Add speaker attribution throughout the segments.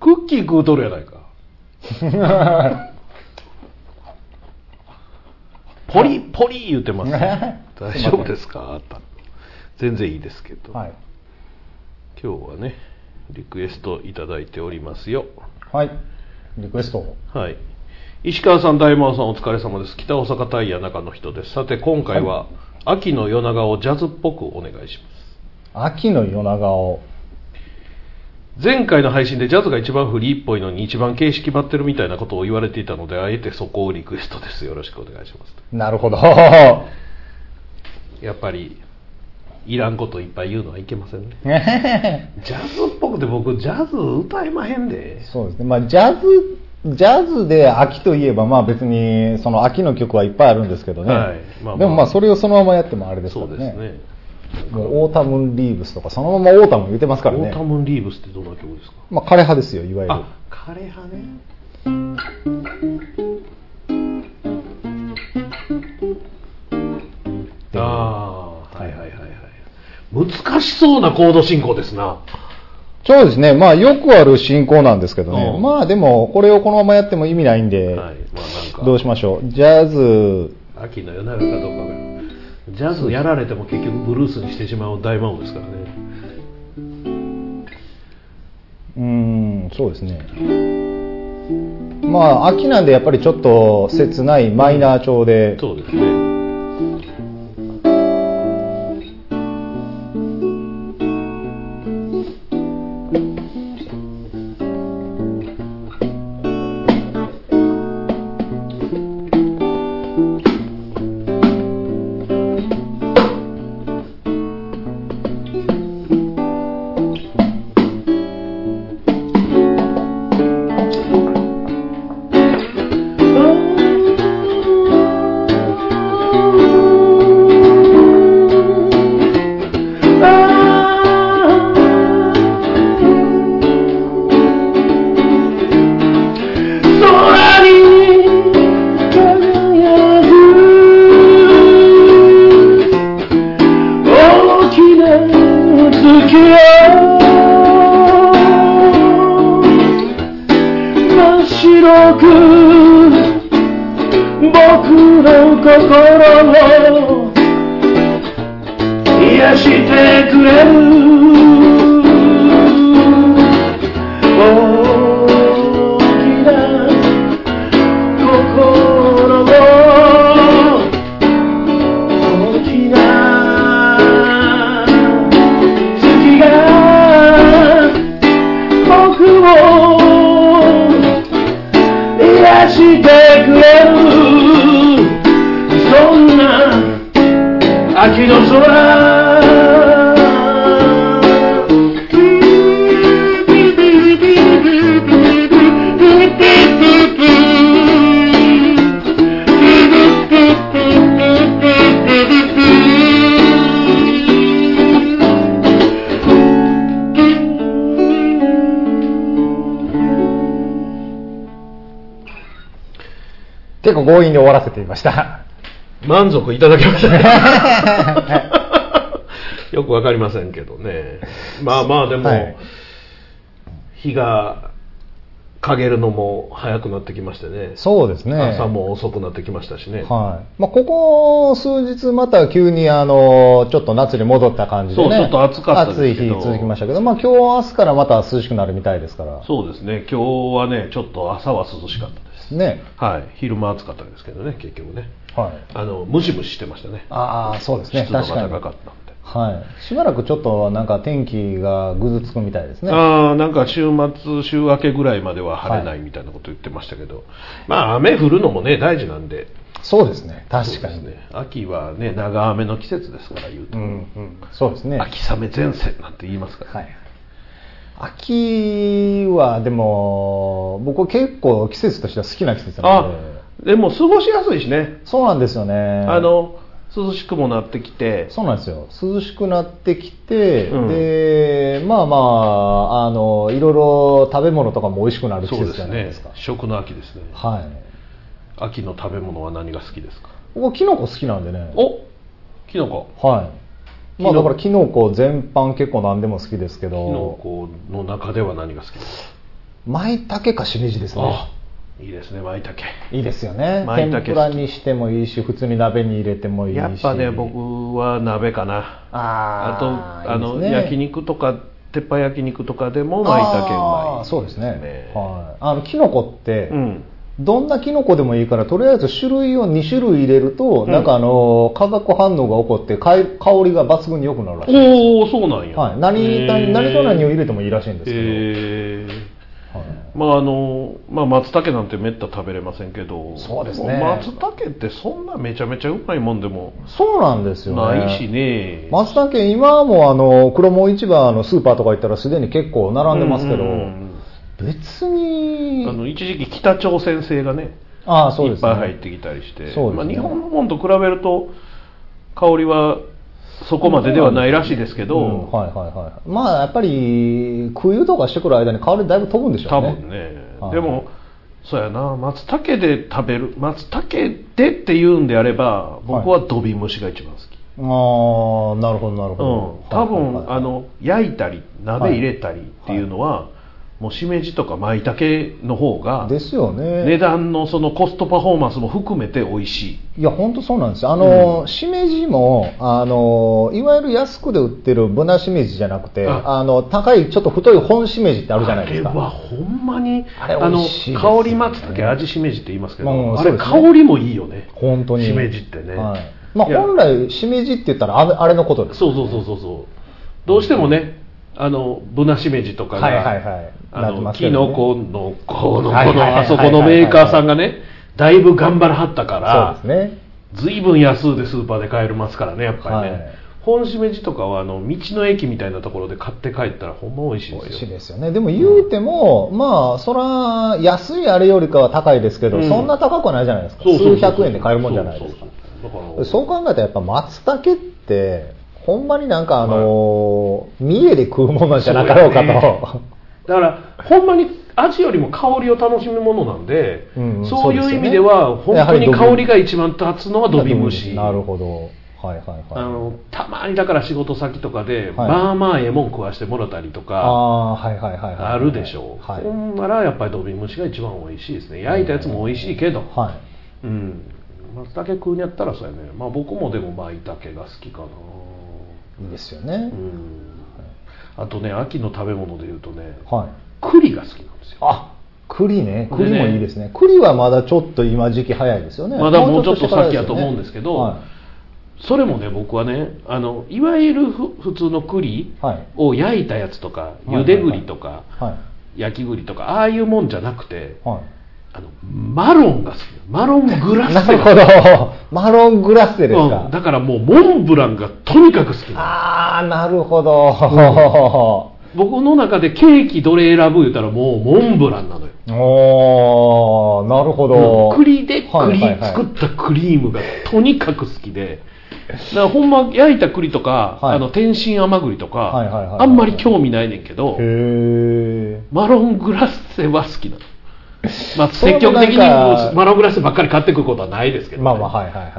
Speaker 1: ッキー食うとるやないか。 ポリ、ポリ言う
Speaker 2: 、
Speaker 1: てます、ね 大丈夫ですかあった全然いいですけど、
Speaker 2: はい
Speaker 1: 今日はね、リクエストいただいておりますよ。
Speaker 2: はいリクエストを
Speaker 1: はい。石川さん、大門さん、お疲れ様です。北大阪タイヤ中の人です。さて、今回は、秋の夜長をジャズっぽくお願いします。
Speaker 2: 秋の夜長を
Speaker 1: 前回の配信でジャズが一番フリーっぽいのに一番形式ばってるみたいなことを言われていたので、あえてそこをリクエストです。よろしくお願いします。
Speaker 2: なるほど
Speaker 1: やっぱり、いらんこといっぱい言うのはいけませんね。
Speaker 2: ね
Speaker 1: ジャズっぽくて僕、ジャズ歌えまへんで。
Speaker 2: そうですねまあジャズジャズで秋といえばまあ別にその秋の曲はいっぱいあるんですけどね、
Speaker 1: はいまあまあ
Speaker 2: でもまあそれをそのままやってもあれですか
Speaker 1: そ
Speaker 2: ら
Speaker 1: う
Speaker 2: ね
Speaker 1: ですね。
Speaker 2: もうオータムンリーブスとかそのままオータムン言ってますから
Speaker 1: オ
Speaker 2: ね
Speaker 1: ータムンリーブスってどんな曲ですか
Speaker 2: まあ枯れ葉ですよいわゆる
Speaker 1: あ、枯葉ね。ああ、はいはいはいはい。難しそうなコード進行ですな。
Speaker 2: そうですね、まあ、よくある進行なんですけどね、
Speaker 1: うん
Speaker 2: まあでも、これをこのままやっても意味ないん
Speaker 1: は
Speaker 2: で、
Speaker 1: いまあなんか
Speaker 2: どうしましょう、ジャズ、
Speaker 1: 秋の夜長かどうかが。ジャズやられても結局ブルースにしてしまう大魔王ですからね。
Speaker 2: うーん、そうですね、まあ、秋なんでやっぱりちょっと切ないマイナー調で、
Speaker 1: そうですね。空に輝く大きな月を真っ白く僕の心を癒してくれる Oh, yeah. 心を大きな月が僕を癒してくれるそんな秋の空
Speaker 2: 結構強引に終わらせてみました。
Speaker 1: 満足いただきま したね よくわかりませんけどねまあまあでも、
Speaker 2: はい
Speaker 1: 日が陰るのも早くなってきましてね
Speaker 2: そうですね
Speaker 1: 朝も遅くなってきましたしね、
Speaker 2: はいまあ、ここ数日、また急にあのちょっと夏に戻った感じで、ね、
Speaker 1: そうちょっと暑かったですけど
Speaker 2: 暑い日続きましたけど、まあ、今日明日からまた涼しくなるみたいですから、
Speaker 1: そうですね今日はねちょっと朝は涼しかったです
Speaker 2: ね
Speaker 1: はい昼間暑かったですけどね結局ね
Speaker 2: はい、
Speaker 1: あのムシムシしてましたね
Speaker 2: ああ、そうですね、
Speaker 1: 湿度が
Speaker 2: 確かに
Speaker 1: 高かったんで
Speaker 2: はい、しばらくちょっとなんか天気がぐずつくみたいですね。
Speaker 1: ああなんか週末、週明けぐらいまでは晴れないみたいなこと言ってましたけど、まあ雨降るのもね大事なんで、
Speaker 2: そうですね、確
Speaker 1: そう
Speaker 2: かに。
Speaker 1: ですね、秋はね長雨の季節ですから、言うと、
Speaker 2: うんうん、そうですね。
Speaker 1: 秋雨前線なんて言いますから、
Speaker 2: はい。秋はでも僕結構季節としては好きな季節なので
Speaker 1: あ、でも過ごしやすいしね、
Speaker 2: そうなんですよね。
Speaker 1: あの涼しくもなってきて、
Speaker 2: そうなんですよ涼しくなってきて、
Speaker 1: うん
Speaker 2: でまあまああのいろいろ食べ物とかも美味しくなる季節じゃないですか
Speaker 1: ね、食の秋ですね、
Speaker 2: はい
Speaker 1: 秋の食べ物は何が好きですか、
Speaker 2: 僕キノコ好きなんでね
Speaker 1: おキノコ、
Speaker 2: はいま
Speaker 1: キノコ
Speaker 2: あだからキノコ全般結構何でも好きですけ
Speaker 1: キノ
Speaker 2: ど
Speaker 1: コの中では何が好きですか、
Speaker 2: 舞茸かしめじですね
Speaker 1: あいいですね舞茸
Speaker 2: いいですよね
Speaker 1: 舞茸
Speaker 2: 天ぷらにしてもいいし普通に鍋に入れてもいいし
Speaker 1: やっぱね僕は鍋かなあと
Speaker 2: あー
Speaker 1: あの
Speaker 2: いいですね
Speaker 1: 焼肉とか鉄板焼肉とかでも舞茸うま
Speaker 2: あー
Speaker 1: い
Speaker 2: そうですねはいあのキノコって、
Speaker 1: うん
Speaker 2: どんなキノコでもいいからとりあえず種類を2種類入れると、
Speaker 1: うん
Speaker 2: なんかあの化学反応が起こってかい香りが抜群に良くなるらしいです
Speaker 1: おおそうなんや、
Speaker 2: はい、何何何と何を入
Speaker 1: る
Speaker 2: れてもいいらしいんですけど、
Speaker 1: え
Speaker 2: はい
Speaker 1: まああのまあ、松茸なんてめった食べれませんけど
Speaker 2: そうですね
Speaker 1: 松茸ってそんなめちゃめちゃうまいもんでも
Speaker 2: そうなんですよね
Speaker 1: ないしね
Speaker 2: 松茸今はもうあの黒門市場のスーパーとか行ったらすでに結構並んでますけど、
Speaker 1: うんうん
Speaker 2: 別
Speaker 1: うん
Speaker 2: に
Speaker 1: あの一時期北朝鮮製がね
Speaker 2: ああそうですね
Speaker 1: いっぱい入ってきたりして、
Speaker 2: そうで
Speaker 1: ま
Speaker 2: すね
Speaker 1: あ、日本のもんと比べると香りはそこまでではないらしいですけど、
Speaker 2: うんはいはいはいまあやっぱり空輸とかしてくる間に香りだいぶ飛ぶんでしょ
Speaker 1: 多
Speaker 2: うね
Speaker 1: 分ね、
Speaker 2: はい
Speaker 1: でもそうやな松茸で食べる松茸でって言うんであれば僕は土瓶蒸しが一番好き、
Speaker 2: ああなるほどなる
Speaker 1: うん
Speaker 2: ほど、
Speaker 1: 多分、
Speaker 2: はいはいはい
Speaker 1: あの焼いたり鍋入れたりっていうのは、もうしめじとか舞茸の方が
Speaker 2: ですよね
Speaker 1: 値段のそのコストパフォーマンスも含めて美味しい
Speaker 2: いや本当そうなんですよあの、
Speaker 1: うん
Speaker 2: しめじもあのいわゆる安くで売ってるブナしめじじゃなくて
Speaker 1: あ
Speaker 2: あの高いちょっと太い本しめじってあるじゃないですか
Speaker 1: あれはほんまに
Speaker 2: あれ美味しいですよね
Speaker 1: の香り松茸味しめじって言いますけど、
Speaker 2: うん
Speaker 1: あ
Speaker 2: そ
Speaker 1: れ
Speaker 2: うです
Speaker 1: 香
Speaker 2: ね
Speaker 1: りもいいよね
Speaker 2: 本当に
Speaker 1: しめじってね
Speaker 2: はいまあ、
Speaker 1: いや
Speaker 2: 本来しめじって言ったらあれあれのことです
Speaker 1: そうそうそうそうそうどうしてもねあのぶなしめじとかが、
Speaker 2: はいはいはい
Speaker 1: あ
Speaker 2: なって
Speaker 1: の
Speaker 2: ます
Speaker 1: キ
Speaker 2: よね
Speaker 1: ノコのこうのこ
Speaker 2: はいはいはい
Speaker 1: の
Speaker 2: はい
Speaker 1: あそこのメーカーさんがねだいぶ頑張らはったから
Speaker 2: そうですね
Speaker 1: ずいぶん安うでスーパーで買えますからねやっぱりね、
Speaker 2: はい
Speaker 1: 本しめじとかはあの道の駅みたいなところで買って帰ったらほんま美味しいん
Speaker 2: 美
Speaker 1: で
Speaker 2: 味
Speaker 1: す
Speaker 2: しい
Speaker 1: よ
Speaker 2: ですよねでも言うても、まあそら安いあれよりかは高いですけど、
Speaker 1: うん
Speaker 2: そんな高くはないじゃないですか
Speaker 1: そうそうそう
Speaker 2: 数百円で買えるもんじゃないですか
Speaker 1: そうそうそうだから
Speaker 2: そう考えたらやっぱ松茸ってほんまになんかあのー三重で食うものじゃなかろうかと
Speaker 1: そうやねだからほんまに味よりも香りを楽しむものなんで、
Speaker 2: うんうん
Speaker 1: そうい
Speaker 2: そ
Speaker 1: う
Speaker 2: うです
Speaker 1: 意
Speaker 2: よね
Speaker 1: 味では本
Speaker 2: やは
Speaker 1: 当
Speaker 2: り
Speaker 1: に
Speaker 2: ドビ
Speaker 1: 香りが一番立つのはドビムシ
Speaker 2: なるほどはいはいはい
Speaker 1: あのたまにだから仕事先とかで、
Speaker 2: い
Speaker 1: まあまあええもん食わしてもらったりとか
Speaker 2: あーはいはいはいはい
Speaker 1: あるでしょう、
Speaker 2: はい、
Speaker 1: ほんならやっぱりドビムシが一番美味しいですね焼いたやつも美味しいけど、
Speaker 2: はい
Speaker 1: うん松茸食うにやったらそうやね、まあ、僕もでも舞茸が好きかな、
Speaker 2: いいですよね
Speaker 1: う、ん、あとね秋の食べ物でいうとね
Speaker 2: はい
Speaker 1: 栗が好きなんですよ
Speaker 2: あ栗ね
Speaker 1: でね
Speaker 2: 栗もいいですね栗はまだちょっと今時期早いですよね
Speaker 1: まだもうちょっ
Speaker 2: して
Speaker 1: と
Speaker 2: から
Speaker 1: 先
Speaker 2: で
Speaker 1: や
Speaker 2: す
Speaker 1: と
Speaker 2: よね
Speaker 1: 思うんですけど、
Speaker 2: は
Speaker 1: それもね僕はねあのいわゆるふ普通の栗
Speaker 2: いはい
Speaker 1: を焼いたやつとか
Speaker 2: いはいはい
Speaker 1: 茹で栗とか
Speaker 2: はい
Speaker 1: 焼き栗とかああいうもんじゃなくて
Speaker 2: は
Speaker 1: あのマロンが好きマロングラ
Speaker 2: い、
Speaker 1: ッ
Speaker 2: な
Speaker 1: セ
Speaker 2: る
Speaker 1: が
Speaker 2: ほどマロングラッセですか、
Speaker 1: うんだからもうモンブランがとにかく好きなの
Speaker 2: ああなるほど、
Speaker 1: 僕の中でケーキどれ選ぶ言ったらもうモンブランなのよ
Speaker 2: おおなるほど、
Speaker 1: うん栗で
Speaker 2: はい
Speaker 1: 栗
Speaker 2: はいはい
Speaker 1: 作ったクリームがとにかく好きで、だからほんま焼いた栗とか、
Speaker 2: はい
Speaker 1: あの天津甘栗とか、
Speaker 2: はいはいはいはい
Speaker 1: あんまり興味ないねんけど、
Speaker 2: へえ
Speaker 1: マロングラッセは好きなの。まあ、
Speaker 2: それ
Speaker 1: 積
Speaker 2: も
Speaker 1: 極的に
Speaker 2: なんか
Speaker 1: マロングラッセばっかり買ってくることはないですけど、
Speaker 2: まあまあはいはいはいはいはい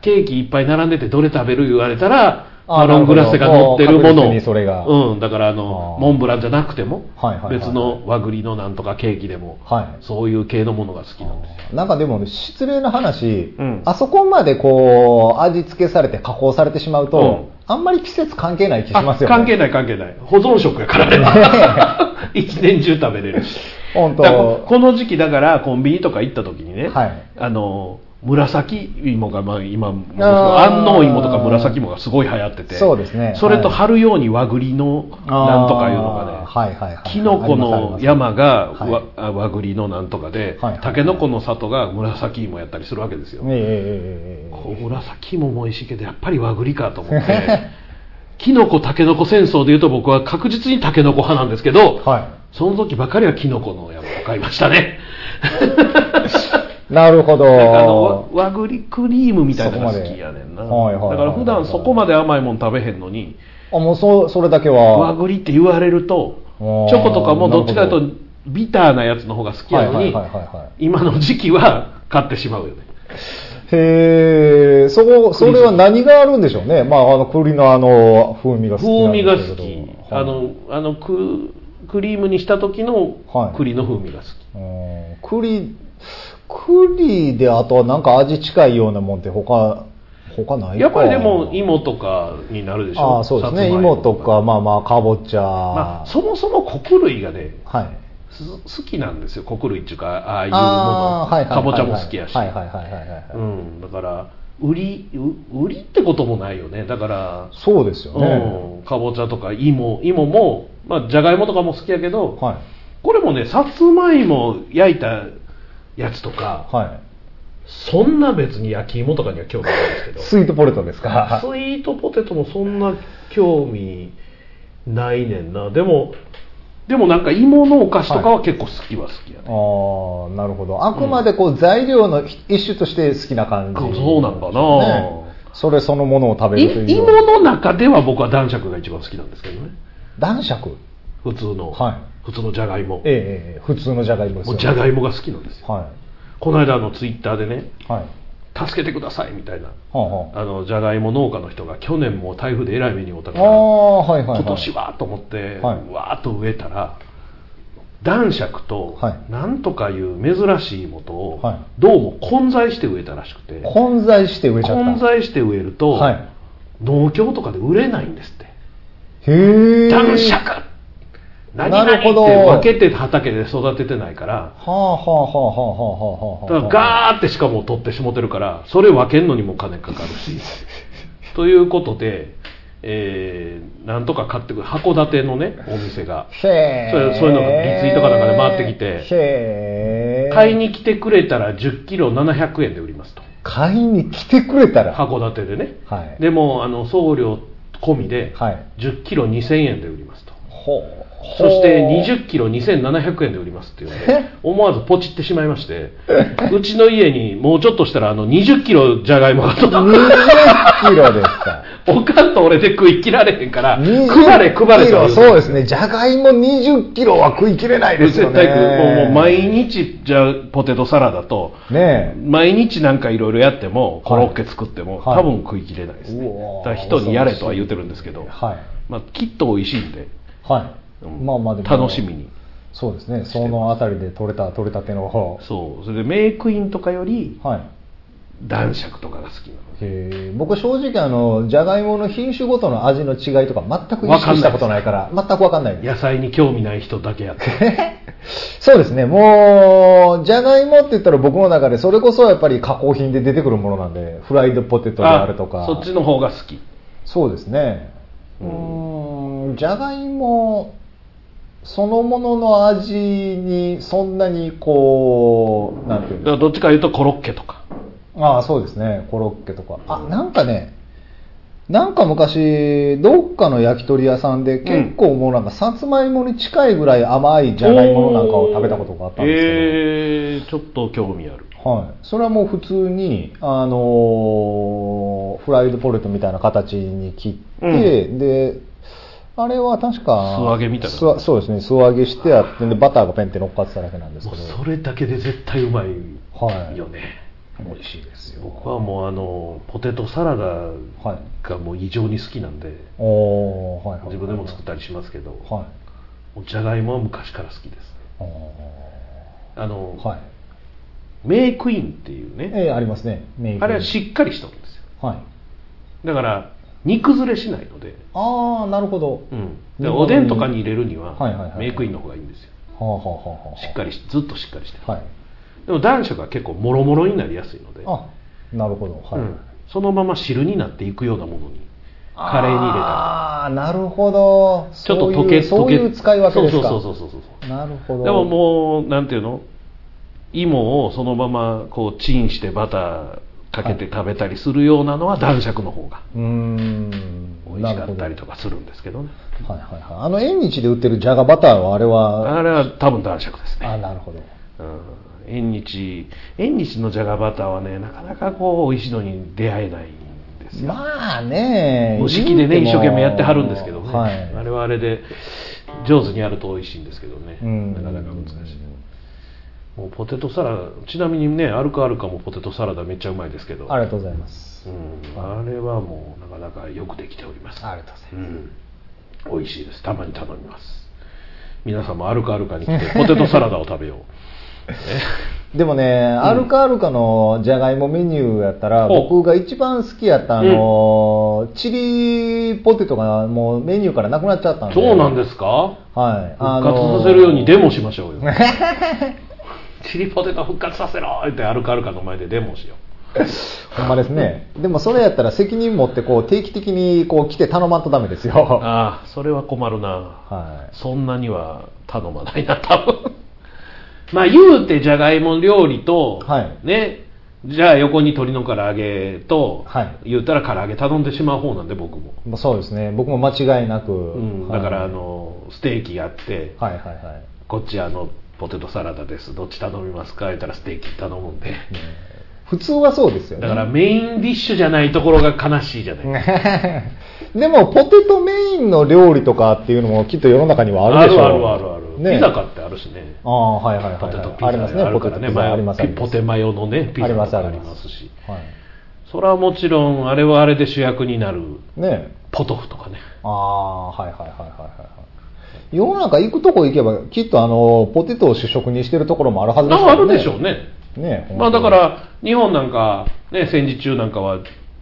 Speaker 1: ケーキいっぱい並んでてどれ食べる言われたら
Speaker 2: あ
Speaker 1: マロングラッセが乗ってる
Speaker 2: な
Speaker 1: も
Speaker 2: るほども
Speaker 1: の
Speaker 2: う確実にそれが
Speaker 1: うん、だからあ
Speaker 2: あ
Speaker 1: の
Speaker 2: ー
Speaker 1: モンブランじゃなくても、
Speaker 2: はいはいはい
Speaker 1: 別の和栗のなんとかケーキでも、
Speaker 2: は
Speaker 1: そういう系のものが好きなんですよ。
Speaker 2: いなんかでも失礼な話、
Speaker 1: うん
Speaker 2: あそこまでこう味付けされて加工されてしまうと、
Speaker 1: うん
Speaker 2: あんまり季節関係ない気しますよね
Speaker 1: あ関係ない関係ない保存食や からね一年中食べれるし
Speaker 2: 本当
Speaker 1: だからこの時期だからコンビニとか行った時にね、
Speaker 2: はい
Speaker 1: あの紫芋がまあ今ものすごい
Speaker 2: あー
Speaker 1: 安納芋とか紫芋がすごい流行ってて
Speaker 2: そうですね
Speaker 1: それと
Speaker 2: はい
Speaker 1: 春ように和栗のなんとかいうのが
Speaker 2: あ
Speaker 1: ね
Speaker 2: ーはいはいはい
Speaker 1: キノコの山が
Speaker 2: ありま
Speaker 1: わあ和栗のなんとかで、
Speaker 2: はいはい
Speaker 1: タケノコの里が紫芋やったりするわけですよ、
Speaker 2: ええええええええ
Speaker 1: こう紫芋も美味しいけどやっぱり和栗かと思って キノコタケノコ戦争でいうと僕は確実にタケノコ派なんですけど、
Speaker 2: は
Speaker 1: その時ばかりはキノコの山を買いましたね
Speaker 2: いなるほど
Speaker 1: なんかあのわ和栗クリームみたいなのが好きやねんな、
Speaker 2: そこまではいはいはい
Speaker 1: だから普段そこまで甘いもん食べへんのに
Speaker 2: あもうそそれだけ
Speaker 1: 和
Speaker 2: は
Speaker 1: 栗って言われるとチ
Speaker 2: おー
Speaker 1: ョコとかもどっちかと
Speaker 2: な
Speaker 1: いう
Speaker 2: る
Speaker 1: とビターなやつの方が好きやのに、
Speaker 2: はいはいはいはいは
Speaker 1: 今の時期は買ってしまうよね
Speaker 2: へえそこそれは何があるんでしょうねまああの栗のあの風味が好き
Speaker 1: 風
Speaker 2: なん
Speaker 1: 味
Speaker 2: で
Speaker 1: が
Speaker 2: す
Speaker 1: 好
Speaker 2: け
Speaker 1: き
Speaker 2: どはい
Speaker 1: あのあのくクリームにした時の
Speaker 2: はい
Speaker 1: 栗の風味が好き、
Speaker 2: うん栗栗であとはなんか味近いようなもんって他他ないか
Speaker 1: やっぱりでも芋とかになるでしょ
Speaker 2: ああそうですね
Speaker 1: さつまいも
Speaker 2: 芋とかまあまあかぼちゃ、
Speaker 1: まあ、そもそも穀類がね
Speaker 2: はい
Speaker 1: す好きなんですよ穀類っていうかああいうも
Speaker 2: あ
Speaker 1: の、
Speaker 2: ーはいはい
Speaker 1: か
Speaker 2: はい
Speaker 1: ぼ
Speaker 2: はい
Speaker 1: ちゃも好きやし、
Speaker 2: はいはいはいはいはい、
Speaker 1: うん、だから売りう売りってこともないよねだから、
Speaker 2: そうですよね、
Speaker 1: うん、かぼちゃとか芋芋も、まあ、じゃがいもとかも好きやけど、
Speaker 2: はい
Speaker 1: これもねさつまいも焼いたやつとか
Speaker 2: は
Speaker 1: そんな別に焼き芋とかには興味ないん
Speaker 2: い
Speaker 1: ですけ
Speaker 2: スイートポテトです
Speaker 1: ど
Speaker 2: か
Speaker 1: スイートポテトもそんな興味ないねんなでもでもなんか芋のお菓子とかは結構好きは好きやね、
Speaker 2: ああなるほどあくまでこう材料の一種として好きな感じ、
Speaker 1: そうそうなんかな
Speaker 2: ねそれそのものを食べ
Speaker 1: い
Speaker 2: るというよ
Speaker 1: 芋
Speaker 2: うな
Speaker 1: の中では僕は男爵が一番好きなんですけどね
Speaker 2: 男爵
Speaker 1: 普通の、
Speaker 2: はい
Speaker 1: 普通のじゃがいも、
Speaker 2: ええええ普通のじゃがいもです
Speaker 1: も
Speaker 2: よ
Speaker 1: う
Speaker 2: ね
Speaker 1: じゃがいもが好きなんですよ
Speaker 2: は
Speaker 1: この間あのツイッターでね
Speaker 2: いはい
Speaker 1: 助けてくださいみたいな
Speaker 2: はあはあ
Speaker 1: あのじゃがいも農家の人が去年もう台風でえらい目に遭ったか
Speaker 2: あ
Speaker 1: ら
Speaker 2: あはいはいはい
Speaker 1: 今年はと思って、
Speaker 2: はい
Speaker 1: わーっと植えたら男爵と
Speaker 2: はい
Speaker 1: なんとかいう珍しい芋とを
Speaker 2: はい
Speaker 1: どうも混在して植えたらしくて、
Speaker 2: 混在して植えちゃった
Speaker 1: 混在して植えると、
Speaker 2: はい
Speaker 1: 農協とかで売れないんですって
Speaker 2: へえ
Speaker 1: 男爵何々
Speaker 2: なるほど
Speaker 1: って分けて畑で育ててないから
Speaker 2: はあはあはあはあはあはあはあ
Speaker 1: だからガーってしかも取ってしもてるからそれ分けんのにも金かかる しということで、えーなんとか買ってくる函館のねお店が
Speaker 2: へえ
Speaker 1: それそういうのがリツイートかなんかで回ってきて
Speaker 2: へえ
Speaker 1: 買いに来てくれたら1 0キロ7 0 0円で売りますと
Speaker 2: 買いに来てくれたらは
Speaker 1: 函館でね
Speaker 2: い
Speaker 1: でもあの送料込みで
Speaker 2: はい
Speaker 1: 1 0キロ2 0 0 0円で売りますと
Speaker 2: ほう
Speaker 1: そして2 0キロ2700円で売りますっていうので思わずポチってしまいましてうちの家にもうちょっとしたらあの2 0キロじゃがいもが届く
Speaker 2: 20キロですか
Speaker 1: おかんと俺で食い切られへんから 配
Speaker 2: 20
Speaker 1: れ配れ
Speaker 2: キ
Speaker 1: とは
Speaker 2: ロ
Speaker 1: 言
Speaker 2: そうですねじゃがいも2 0キロは食い切れないですよ
Speaker 1: 絶
Speaker 2: ね
Speaker 1: 対食うもうもう毎日じゃあポテトサラダと
Speaker 2: ねえ
Speaker 1: 毎日なんかいろいろやってもコロッケ作っても、
Speaker 2: はい
Speaker 1: 多分食い切れないですね
Speaker 2: うわー
Speaker 1: だから人にやれとは言ってるんですけど、
Speaker 2: はい
Speaker 1: まあ、きっと美味しいんで、
Speaker 2: はい、
Speaker 1: うん
Speaker 2: まあまあでも
Speaker 1: 楽しみに
Speaker 2: そうですねその辺りで取れた取れたての方
Speaker 1: そうそれでメイクインとかより
Speaker 2: はい
Speaker 1: 男爵とかが好きなの
Speaker 2: へー僕正直あのじゃがいもの品種ごとの味の違いとか全く意識したことないから全く分かんないです
Speaker 1: 野菜に興味ない人だけやって
Speaker 2: そうですねもうじゃがいもって言ったら僕の中でそれこそやっぱり加工品で出てくるものなんでフライドポテトで あるとか
Speaker 1: そっちの方が好き
Speaker 2: そうですねう
Speaker 1: う
Speaker 2: ーんじゃがいもそのものの味にそんなにこうなんていう
Speaker 1: だか
Speaker 2: んですから
Speaker 1: どっちかいうとコロッケとか
Speaker 2: ああそうですねコロッケとかあなんかねなんか昔どっかの焼き鳥屋さんで結構もうなんかさつまいもに近いぐらい甘いじゃがいものなんかを食べたことがあったんですけど、
Speaker 1: えー、ちょっと興味ある
Speaker 2: はい、それはもう普通に、あのーフライドポテトみたいな形に切って、であれは確か
Speaker 1: 素揚げみたいな
Speaker 2: 素そうですね素揚げしてあってでバターがペンって乗っかってただけなんです
Speaker 1: もう
Speaker 2: けど
Speaker 1: それだけで絶対うま
Speaker 2: はい
Speaker 1: いよね、
Speaker 2: 美味しいですよ
Speaker 1: 僕はもうあのポテトサラダ
Speaker 2: はい
Speaker 1: がもう異常に好きなんで
Speaker 2: おーはいはい
Speaker 1: 自分でも作ったりしますけど、
Speaker 2: はい
Speaker 1: じゃがいもは昔から好きです
Speaker 2: あ
Speaker 1: あの、
Speaker 2: ーはい
Speaker 1: メイクインっていうね、
Speaker 2: えーありますねメイク
Speaker 1: あれはしっかりしとるんですよ
Speaker 2: はい
Speaker 1: だから煮崩れしないので,、
Speaker 2: ああなるほど、
Speaker 1: う
Speaker 2: は
Speaker 1: ん、でおでんとかに入れるには,、
Speaker 2: はいはいはい
Speaker 1: メイクインの方がいいんですよ
Speaker 2: あ、はあはあはあ、
Speaker 1: しっかりしずっとしっかりしてる、
Speaker 2: はい
Speaker 1: でも男爵は結構もろもろになりやすいので、
Speaker 2: あなるほどはい、
Speaker 1: うんそのまま汁になっていくようなものにカレーに入れたら
Speaker 2: ああなるほど
Speaker 1: ちょっと溶け
Speaker 2: そういうそ
Speaker 1: 溶
Speaker 2: ういう
Speaker 1: け
Speaker 2: 使い分けですか
Speaker 1: そうそうそうそうそう
Speaker 2: なるほど
Speaker 1: でももうなんていうの芋をそのままこうチンしてバターかけて食べたりするようなのは男爵の方が
Speaker 2: ううーん
Speaker 1: 美味しかったりと
Speaker 2: か
Speaker 1: かするんですけどね
Speaker 2: はいはいはいあの縁日で売ってるじゃがバターはあれは
Speaker 1: あれは多分男爵です
Speaker 2: あ
Speaker 1: ね
Speaker 2: なるほど
Speaker 1: うん縁日縁日のじゃがバターはねなかなかこう美味しいのに出会えないんですよ
Speaker 2: まあね
Speaker 1: 無式でね
Speaker 2: 言う
Speaker 1: 一
Speaker 2: て
Speaker 1: 生
Speaker 2: も
Speaker 1: 懸命やってはるんですけどね、
Speaker 2: はい
Speaker 1: あれはあれで上手にやると美味しいんですけどね、
Speaker 2: うん
Speaker 1: なかなか難しいもうポテトサラダちなみにねアルカアルカもポテトサラダめっちゃうまいですけど
Speaker 2: ありがとうございます
Speaker 1: うん、あれはもうなかなかよくできております
Speaker 2: ありがとうございます
Speaker 1: うん、美味しいですたまに頼みます皆様アルカアルカに来てポテトサラダを食べよう
Speaker 2: でもね、アルカアルカのじゃがいもメニューやったら、
Speaker 1: ほう
Speaker 2: 僕が一番好きやったあの、チリポテトがもうメニューからなくなっちゃったんで。
Speaker 1: そうなんですか
Speaker 2: はい。
Speaker 1: 復活させるようにデモしましょうよ
Speaker 2: も。
Speaker 1: チリポテト復活させろってアルカアルカの前でデモしよ
Speaker 2: ほんまですね。でもそれやったら責任持ってこう定期的にこう来て頼まんとダメです
Speaker 1: う
Speaker 2: よ。
Speaker 1: ああそれは困るな
Speaker 2: は
Speaker 1: そんなには頼まないな多分 まあ言うてじゃがいも料理と、
Speaker 2: はい
Speaker 1: ねじゃあ横に鶏の唐揚げと、
Speaker 2: はい
Speaker 1: 言ったら唐揚げ頼んでしまう方なんで僕も、
Speaker 2: い。もうそうですね。僕も間違いなく。
Speaker 1: うん、
Speaker 2: はい
Speaker 1: だからあ。のステーキやって、
Speaker 2: はいはいはい。
Speaker 1: こっちあのポテトサラダですどっち頼みますか言ったらステーキ頼むんで
Speaker 2: ね普通はそうですよね。
Speaker 1: だからメインディッシュじゃないところが悲しいじゃない
Speaker 2: でも、ポテトメインの料理とかっていうのもきっと世の中にはあるでしょう
Speaker 1: あるあるあるある、ピザかってあるしね
Speaker 2: ああ、はいはいはい、
Speaker 1: ポ
Speaker 2: はい。
Speaker 1: テトピ
Speaker 2: あります
Speaker 1: ザ
Speaker 2: ね、
Speaker 1: あ
Speaker 2: ポ
Speaker 1: るか
Speaker 2: テ
Speaker 1: ら
Speaker 2: ト
Speaker 1: ね
Speaker 2: ピザありますあり
Speaker 1: まあ
Speaker 2: ま
Speaker 1: ポ
Speaker 2: す。
Speaker 1: テマヨのねピザ
Speaker 2: あり
Speaker 1: と
Speaker 2: ます
Speaker 1: か
Speaker 2: あ
Speaker 1: あ
Speaker 2: り
Speaker 1: り
Speaker 2: ます
Speaker 1: ますし
Speaker 2: はい。
Speaker 1: それはもちろんあれはあれで主役になる
Speaker 2: ねえ。
Speaker 1: ポトフとかね
Speaker 2: ああ、はいはいはいはいはい。世の中行くとこ行けば、きっとあの、ポテトを主食にしてるところもあるはずです
Speaker 1: なんか
Speaker 2: よね。
Speaker 1: あるでしょうね
Speaker 2: ねえ。
Speaker 1: まあだ
Speaker 2: 本当
Speaker 1: か
Speaker 2: に。
Speaker 1: ら日本なんかね戦時中なんかは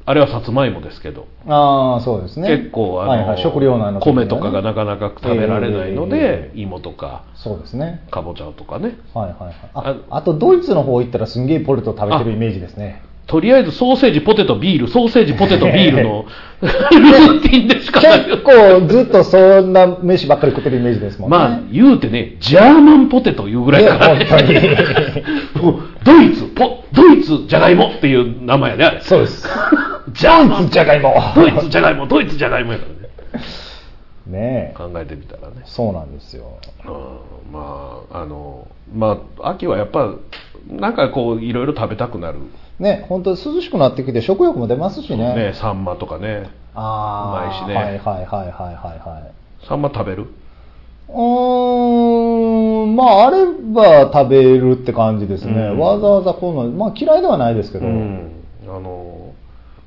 Speaker 1: あれはさつまいもですけど
Speaker 2: ああ、そうですね。
Speaker 1: 結構あの、
Speaker 2: はいはい、食料難の時には
Speaker 1: 米
Speaker 2: ね
Speaker 1: とかがなかなか食べられないので、
Speaker 2: ええ
Speaker 1: 芋とか
Speaker 2: そうですね。
Speaker 1: かぼちゃとかね
Speaker 2: はいはいはい。ああと、ドイツの方行ったらすんげえポテト食べてるイメージですね。
Speaker 1: とりあえずソーセージポテトビールソーセージポテトビール のルーティンでしかない
Speaker 2: 結構ずっとそんな飯ばっかり食ってるイメージですもんね。
Speaker 1: まあ言うてねジャーマンポテトいうぐらいから、ね、
Speaker 2: ね
Speaker 1: もう ドイツポドイツじゃがいもっていう名前やねあれ
Speaker 2: そうです。
Speaker 1: ジャー マン
Speaker 2: じゃがいも。
Speaker 1: ドイツじゃがいもドイツじゃがいもやからね
Speaker 2: ねえ。
Speaker 1: 考えてみたらね
Speaker 2: そうなんですよ。
Speaker 1: うんまああのまあ秋はやっぱなんかこういろいろ食べたくなる
Speaker 2: ね、本当に涼しくなってきて食欲も出ますしね。
Speaker 1: ねサンマとかね
Speaker 2: ああ、
Speaker 1: うまいしね
Speaker 2: はいはいはいはいはいはい。
Speaker 1: サンマ食べる
Speaker 2: うーん、まあ、あれば食べるって感じですね。
Speaker 1: うん
Speaker 2: わざわざこういうの、まあ嫌いではないですけど。
Speaker 1: うんあの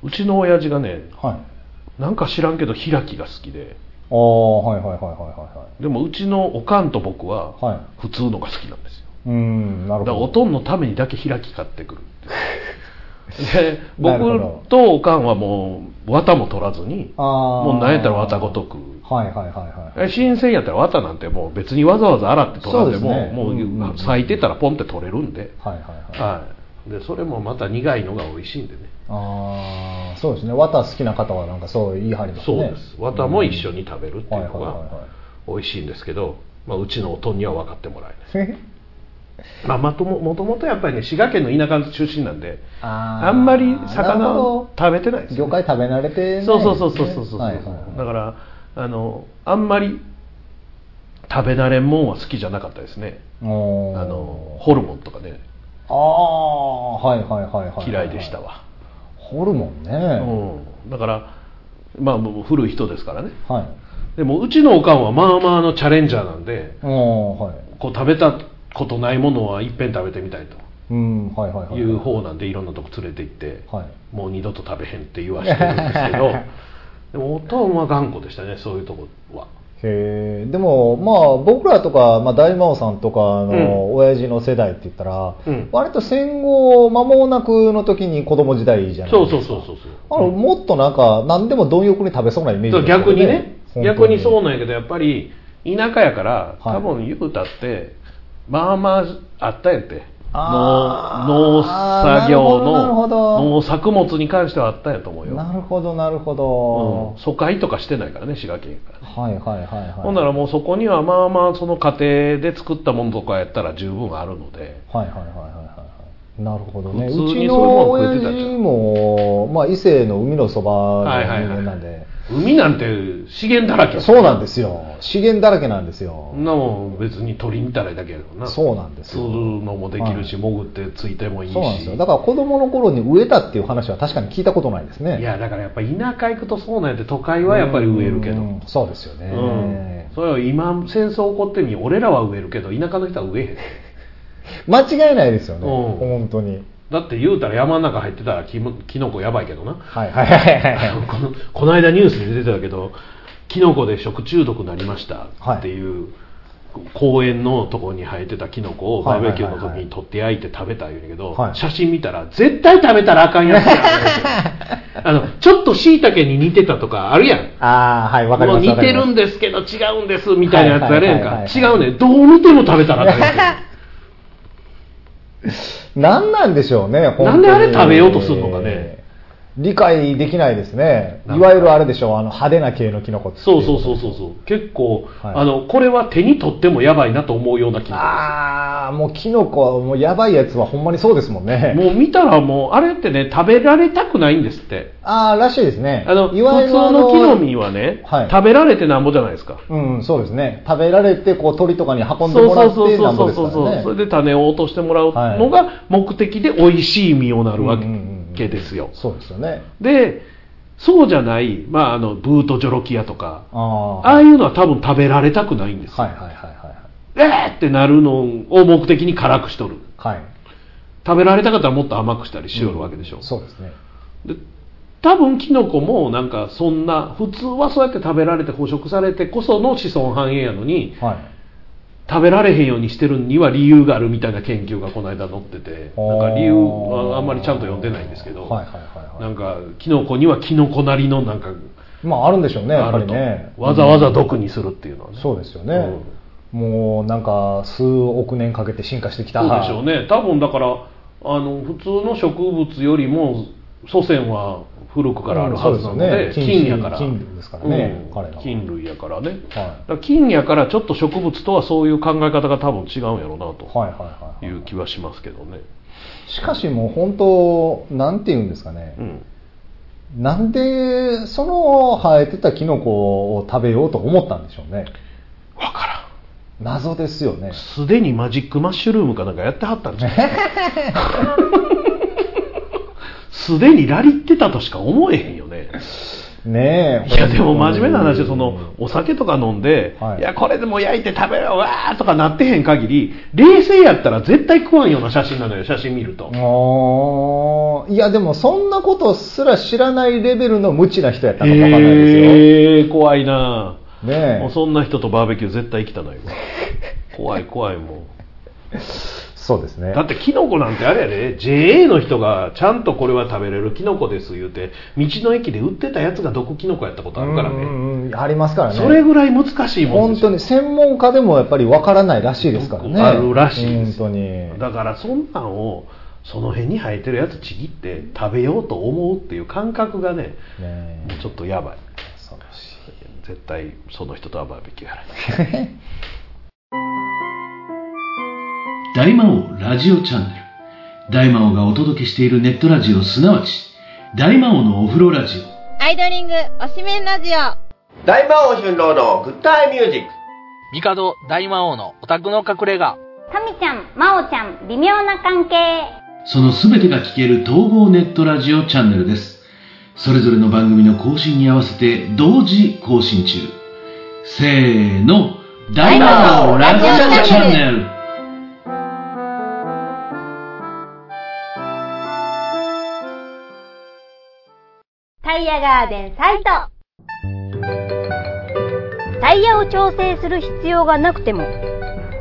Speaker 1: うちの親父がね
Speaker 2: はい。
Speaker 1: なんか知らんけど開きが好きで
Speaker 2: ああ、はいはいはいはいは。
Speaker 1: でもうちのおかんと僕はい
Speaker 2: はい。
Speaker 1: 普通のが好きなんですよ
Speaker 2: うーん、な
Speaker 1: だ
Speaker 2: る
Speaker 1: からお
Speaker 2: ほ
Speaker 1: とんのためにだけ開き買って くるっていうで
Speaker 2: なるほど
Speaker 1: 僕とおかんはもう綿も取らずに
Speaker 2: ど。ああ。
Speaker 1: もうなんやったら綿ごとく
Speaker 2: はいはいはいはい。
Speaker 1: え新鮮やったら綿なんてもう別にわざわざ洗って取らんでも
Speaker 2: そうですね
Speaker 1: もう
Speaker 2: うんうんうん
Speaker 1: 咲いてたらポンって取れるんで,、
Speaker 2: はいはいはい。
Speaker 1: はい、でそれもまた苦いのが美味しいんでね
Speaker 2: ああ、そうですね。綿好きな方はなんかそう言い張ります
Speaker 1: そう
Speaker 2: ね。
Speaker 1: です綿も一緒に食べるって
Speaker 2: はいいうは
Speaker 1: の
Speaker 2: い
Speaker 1: が
Speaker 2: は
Speaker 1: 美味しいんですけど、まあ、うちのおとんには分かってもらえない
Speaker 2: いはい。
Speaker 1: まあ、まとももともとやっぱりね滋賀県の田舎出身なんで
Speaker 2: あー
Speaker 1: あんまり
Speaker 2: なる
Speaker 1: 魚
Speaker 2: ほ
Speaker 1: を食べてないです
Speaker 2: ど
Speaker 1: ね
Speaker 2: 魚介食べ慣れてない
Speaker 1: そうそうそうそうそうそう、
Speaker 2: はいはいはい
Speaker 1: だからあのあんまり食べ慣れんもんは好きじゃなかったですねあ
Speaker 2: おー
Speaker 1: のホルモンとかね
Speaker 2: ああはいはいはいはい
Speaker 1: 嫌いでしたわ、
Speaker 2: ホルモンね、
Speaker 1: うん、だからまあもう古い人ですからね
Speaker 2: はい
Speaker 1: でもうちのおかんはまあまあのチャレンジャーなんで
Speaker 2: おーはい
Speaker 1: こう食べたことないものはいっぺん食べてみたい
Speaker 2: うんはいはい
Speaker 1: と
Speaker 2: はい
Speaker 1: いう方なんでいろんなとこ連れて行って
Speaker 2: はい
Speaker 1: もう二度と食べへんって言わしてるんです けどでもおとんは頑固でしたねそういうとこは
Speaker 2: へえでもまあ僕らとか、まあ、大魔王さんとかの親父の世代って言ったら、
Speaker 1: うん
Speaker 2: 割と戦後間もなくの時に子供時代じゃない
Speaker 1: そう
Speaker 2: です
Speaker 1: そ
Speaker 2: か
Speaker 1: うそうそう
Speaker 2: あのもっとなんか何でも貪欲に食べそうなイメージ
Speaker 1: そう
Speaker 2: ですよ
Speaker 1: 逆にね
Speaker 2: 本当
Speaker 1: 逆にそうなんやけどやっぱり田舎やから
Speaker 2: はい
Speaker 1: 多分言うたってまあまああったんやって
Speaker 2: あー
Speaker 1: 農農作業
Speaker 2: なるほ
Speaker 1: の
Speaker 2: どなるほど
Speaker 1: 農作物に関してはあったんやと思うよ
Speaker 2: なるほどなるほ
Speaker 1: うん
Speaker 2: ど、
Speaker 1: 疎開とかしてないからね滋賀県から、
Speaker 2: はいはいはいはい
Speaker 1: ほんならもうそこにはまあまあその家庭で作ったものとかやったら十分あるので
Speaker 2: はいはいはいはいはいなるほどね
Speaker 1: 普通に
Speaker 2: う
Speaker 1: そう
Speaker 2: ち
Speaker 1: いう
Speaker 2: の
Speaker 1: もん食
Speaker 2: 親
Speaker 1: ってたじゃん
Speaker 2: 父も、まあ、伊勢の海のそばの人
Speaker 1: はいはいはい
Speaker 2: 間なんで、
Speaker 1: 海なんて資源だらけ
Speaker 2: そうなんですよ資源だらけなんですよ
Speaker 1: そんなもん別に鳥見たらいいだけやけどな
Speaker 2: そうなんです
Speaker 1: 釣
Speaker 2: よ
Speaker 1: るのもできるし、潜ってついてもいいし
Speaker 2: そうなんですよだから子供の頃に植えたっていう話は確かに聞いたことないですね
Speaker 1: いやだからやっぱ田舎行くとそうなんやって都会はやっぱり植えるけど、
Speaker 2: うんそうですよね、
Speaker 1: うん、それは今戦争起こってみ俺らは植えるけど田舎の人は植えへん
Speaker 2: 間違いないですよね、
Speaker 1: うん
Speaker 2: 本当に
Speaker 1: だって言うたら山の中入ってたらキムキノコやばいけどな
Speaker 2: はいはいはいはい はい
Speaker 1: このこの間ニュースで出てたけどキノコで食中毒になりましたっていう公園のとこに生えてたキノコを
Speaker 2: は
Speaker 1: バ
Speaker 2: い
Speaker 1: ー
Speaker 2: はい
Speaker 1: ベ
Speaker 2: はい
Speaker 1: キュー
Speaker 2: はい
Speaker 1: の時に取って焼いて食べたんやけど、
Speaker 2: はい
Speaker 1: 写真見たら絶対食べたらあかんやつ やあのちょっと椎茸に似てたとかあるやん
Speaker 2: ああ、はい、わかり
Speaker 1: もう
Speaker 2: ます。
Speaker 1: 似てるん
Speaker 2: で。
Speaker 1: ですけど違うんですみたいなやつあるやん
Speaker 2: はいはいはい
Speaker 1: か
Speaker 2: はい
Speaker 1: 違うねどう見ても食べたらあ かんや
Speaker 2: 何なんでしょうね、本
Speaker 1: な
Speaker 2: 当に
Speaker 1: んであれ食べようとするのかね。
Speaker 2: 理解できないですね。
Speaker 1: なんか
Speaker 2: いわゆるあれでしょう、あの派手な系のキノコってい
Speaker 1: つそうそうそうそうそう結構、
Speaker 2: はい
Speaker 1: あのこれは手に取ってもやばいなと思うような気が
Speaker 2: ああ、もうキノコ、もうやばいやつはほんまにそうですもんね。
Speaker 1: もう見たらもうあれってね食べられたくないんですって
Speaker 2: ああ、らしいですね。
Speaker 1: あの
Speaker 2: いわ
Speaker 1: 普
Speaker 2: ゆ
Speaker 1: 通
Speaker 2: るあ
Speaker 1: の木の実はね、
Speaker 2: はい
Speaker 1: 食べられてなんぼじゃないですか
Speaker 2: うん、そうですね。食べられて、こう、鳥とかに
Speaker 1: そう
Speaker 2: 運んで
Speaker 1: そう
Speaker 2: もらっ
Speaker 1: そう
Speaker 2: て、
Speaker 1: そ
Speaker 2: な
Speaker 1: うん
Speaker 2: ぼ
Speaker 1: そう
Speaker 2: です
Speaker 1: そ
Speaker 2: か
Speaker 1: うそう
Speaker 2: ら
Speaker 1: それ
Speaker 2: ね。
Speaker 1: で種を落としてもらうのが目的で美味しい実をなるわけですよ、
Speaker 2: そうですよね。
Speaker 1: でそうじゃない、まあ、あのブートジョロキアとか
Speaker 2: ああ。
Speaker 1: ああいうのは多分食べられたくないんですよ、
Speaker 2: はいはいはいはい
Speaker 1: えーってなるのを目的に辛くしとる
Speaker 2: はい。はい。
Speaker 1: 食べられたかったらもっと甘くしたりしよるわけでしょ、
Speaker 2: そうですね。
Speaker 1: で多分キノコもなんかそんな普通はそうやって食べられて捕食されてこその子孫繁栄やのに
Speaker 2: はい。
Speaker 1: 食べられへんようにしてるには理由があるみたいな研究がこの間載っててなんか理由はあんまりちゃんと読んでないんですけど、
Speaker 2: はいはいはい
Speaker 1: な
Speaker 2: は
Speaker 1: んかキノコにはキノコなりのなんか
Speaker 2: い。まあ、あるんでしょうね、や
Speaker 1: あ
Speaker 2: っぱ
Speaker 1: る
Speaker 2: り
Speaker 1: と、
Speaker 2: ね。
Speaker 1: わざわざ毒にするっていうのはね、
Speaker 2: そうですよね。もう、なんか、数億年かけて進化してきた。
Speaker 1: そうでしょうね多分だからあの普通の植物よりも祖先は古くからあるはずなの
Speaker 2: うんそう
Speaker 1: で,、
Speaker 2: ですよね
Speaker 1: 菌やから
Speaker 2: 菌類ですからね彼らは
Speaker 1: 菌類やからねだか
Speaker 2: は。
Speaker 1: ら菌やからちょっと植物とはそういう考え方が多分違うんやろうないと
Speaker 2: はいはいはいはい
Speaker 1: いう気はしますけどね、
Speaker 2: しかしもう本当、なんて言うんですかね
Speaker 1: う、ん、
Speaker 2: なんでその生えてたキノコを食べようと思ったんでしょうね。
Speaker 1: 分か
Speaker 2: 謎ですよね
Speaker 1: らん。すでにマジックマッシュルームかなんかやってはった んじゃない すでにラリってたとしか思えへんよね
Speaker 2: ねえ。
Speaker 1: いやでも真面目な話
Speaker 2: うん
Speaker 1: でそのお酒とか飲んで、
Speaker 2: はい
Speaker 1: い、やこれでも焼いて食べろわーとかなってへん限り冷静やったら絶対食わんような写真なのよ写真見ると、
Speaker 2: あーいやでもそんなことすら知らないレベルの無知な人やったのかわかんないですよ。
Speaker 1: えー、怖いなあも
Speaker 2: ね
Speaker 1: う
Speaker 2: え。
Speaker 1: そんな人とバーベキュー絶対行きた ないわ怖い怖いも
Speaker 2: そうです
Speaker 1: う
Speaker 2: ね
Speaker 1: だ。ってキノコなんてあれやで JA の人がちゃんとこれは食べれるキノコです言うて道の駅で売ってたやつが毒キノコやったことあるから
Speaker 2: う
Speaker 1: ね
Speaker 2: んうんうんありますからね。
Speaker 1: それぐらい難しいもん
Speaker 2: 本
Speaker 1: ですよ
Speaker 2: 当に専門家でもやっぱりわからないらしいですからね。
Speaker 1: あるらしいです
Speaker 2: 本当に。
Speaker 1: だからそんなんをその辺に生えてるやつちぎって食べようと思うっていう感覚がね
Speaker 2: ね
Speaker 1: もうちょっとやばい
Speaker 2: え恐ろしい
Speaker 1: 絶対その人とはバーベキューやらない 大魔王ラジオチャンネル大魔王がお届けしているネットラジオすなわち大魔王のお風呂ラジオ
Speaker 3: アイドリングおしめんラジオ
Speaker 4: 大魔王春郎のグッタイミュージック。
Speaker 5: 帝大魔王のオタクの隠れ家
Speaker 3: タミちゃん、マオちゃん、微妙な関係
Speaker 1: そのすべてが聞ける統合ネットラジオチャンネルです。それぞれの番組の更新に合わせて同時更新中。せーの、大魔王ラジオチャンネル。
Speaker 3: タイヤガーデンサイトタイヤを調整する必要がなくても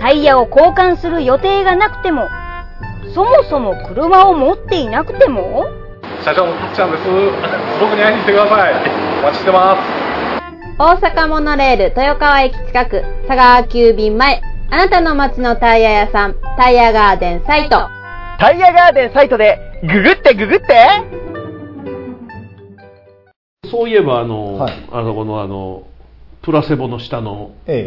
Speaker 3: タイヤを交換する予定がなくてもそもそも車を持っていなくても
Speaker 6: 社長のたっちゃんです僕に会いに来てくださいお待ちしてます
Speaker 7: 大阪モノレール豊川駅近く佐川急便前あなたの街のタイヤ屋さんタイヤガーデンサイト
Speaker 8: タイヤガーデンサイトでググってググって
Speaker 1: そういえば、あの、
Speaker 2: はい
Speaker 1: あの、この、あの、プラセボの下の
Speaker 2: えええ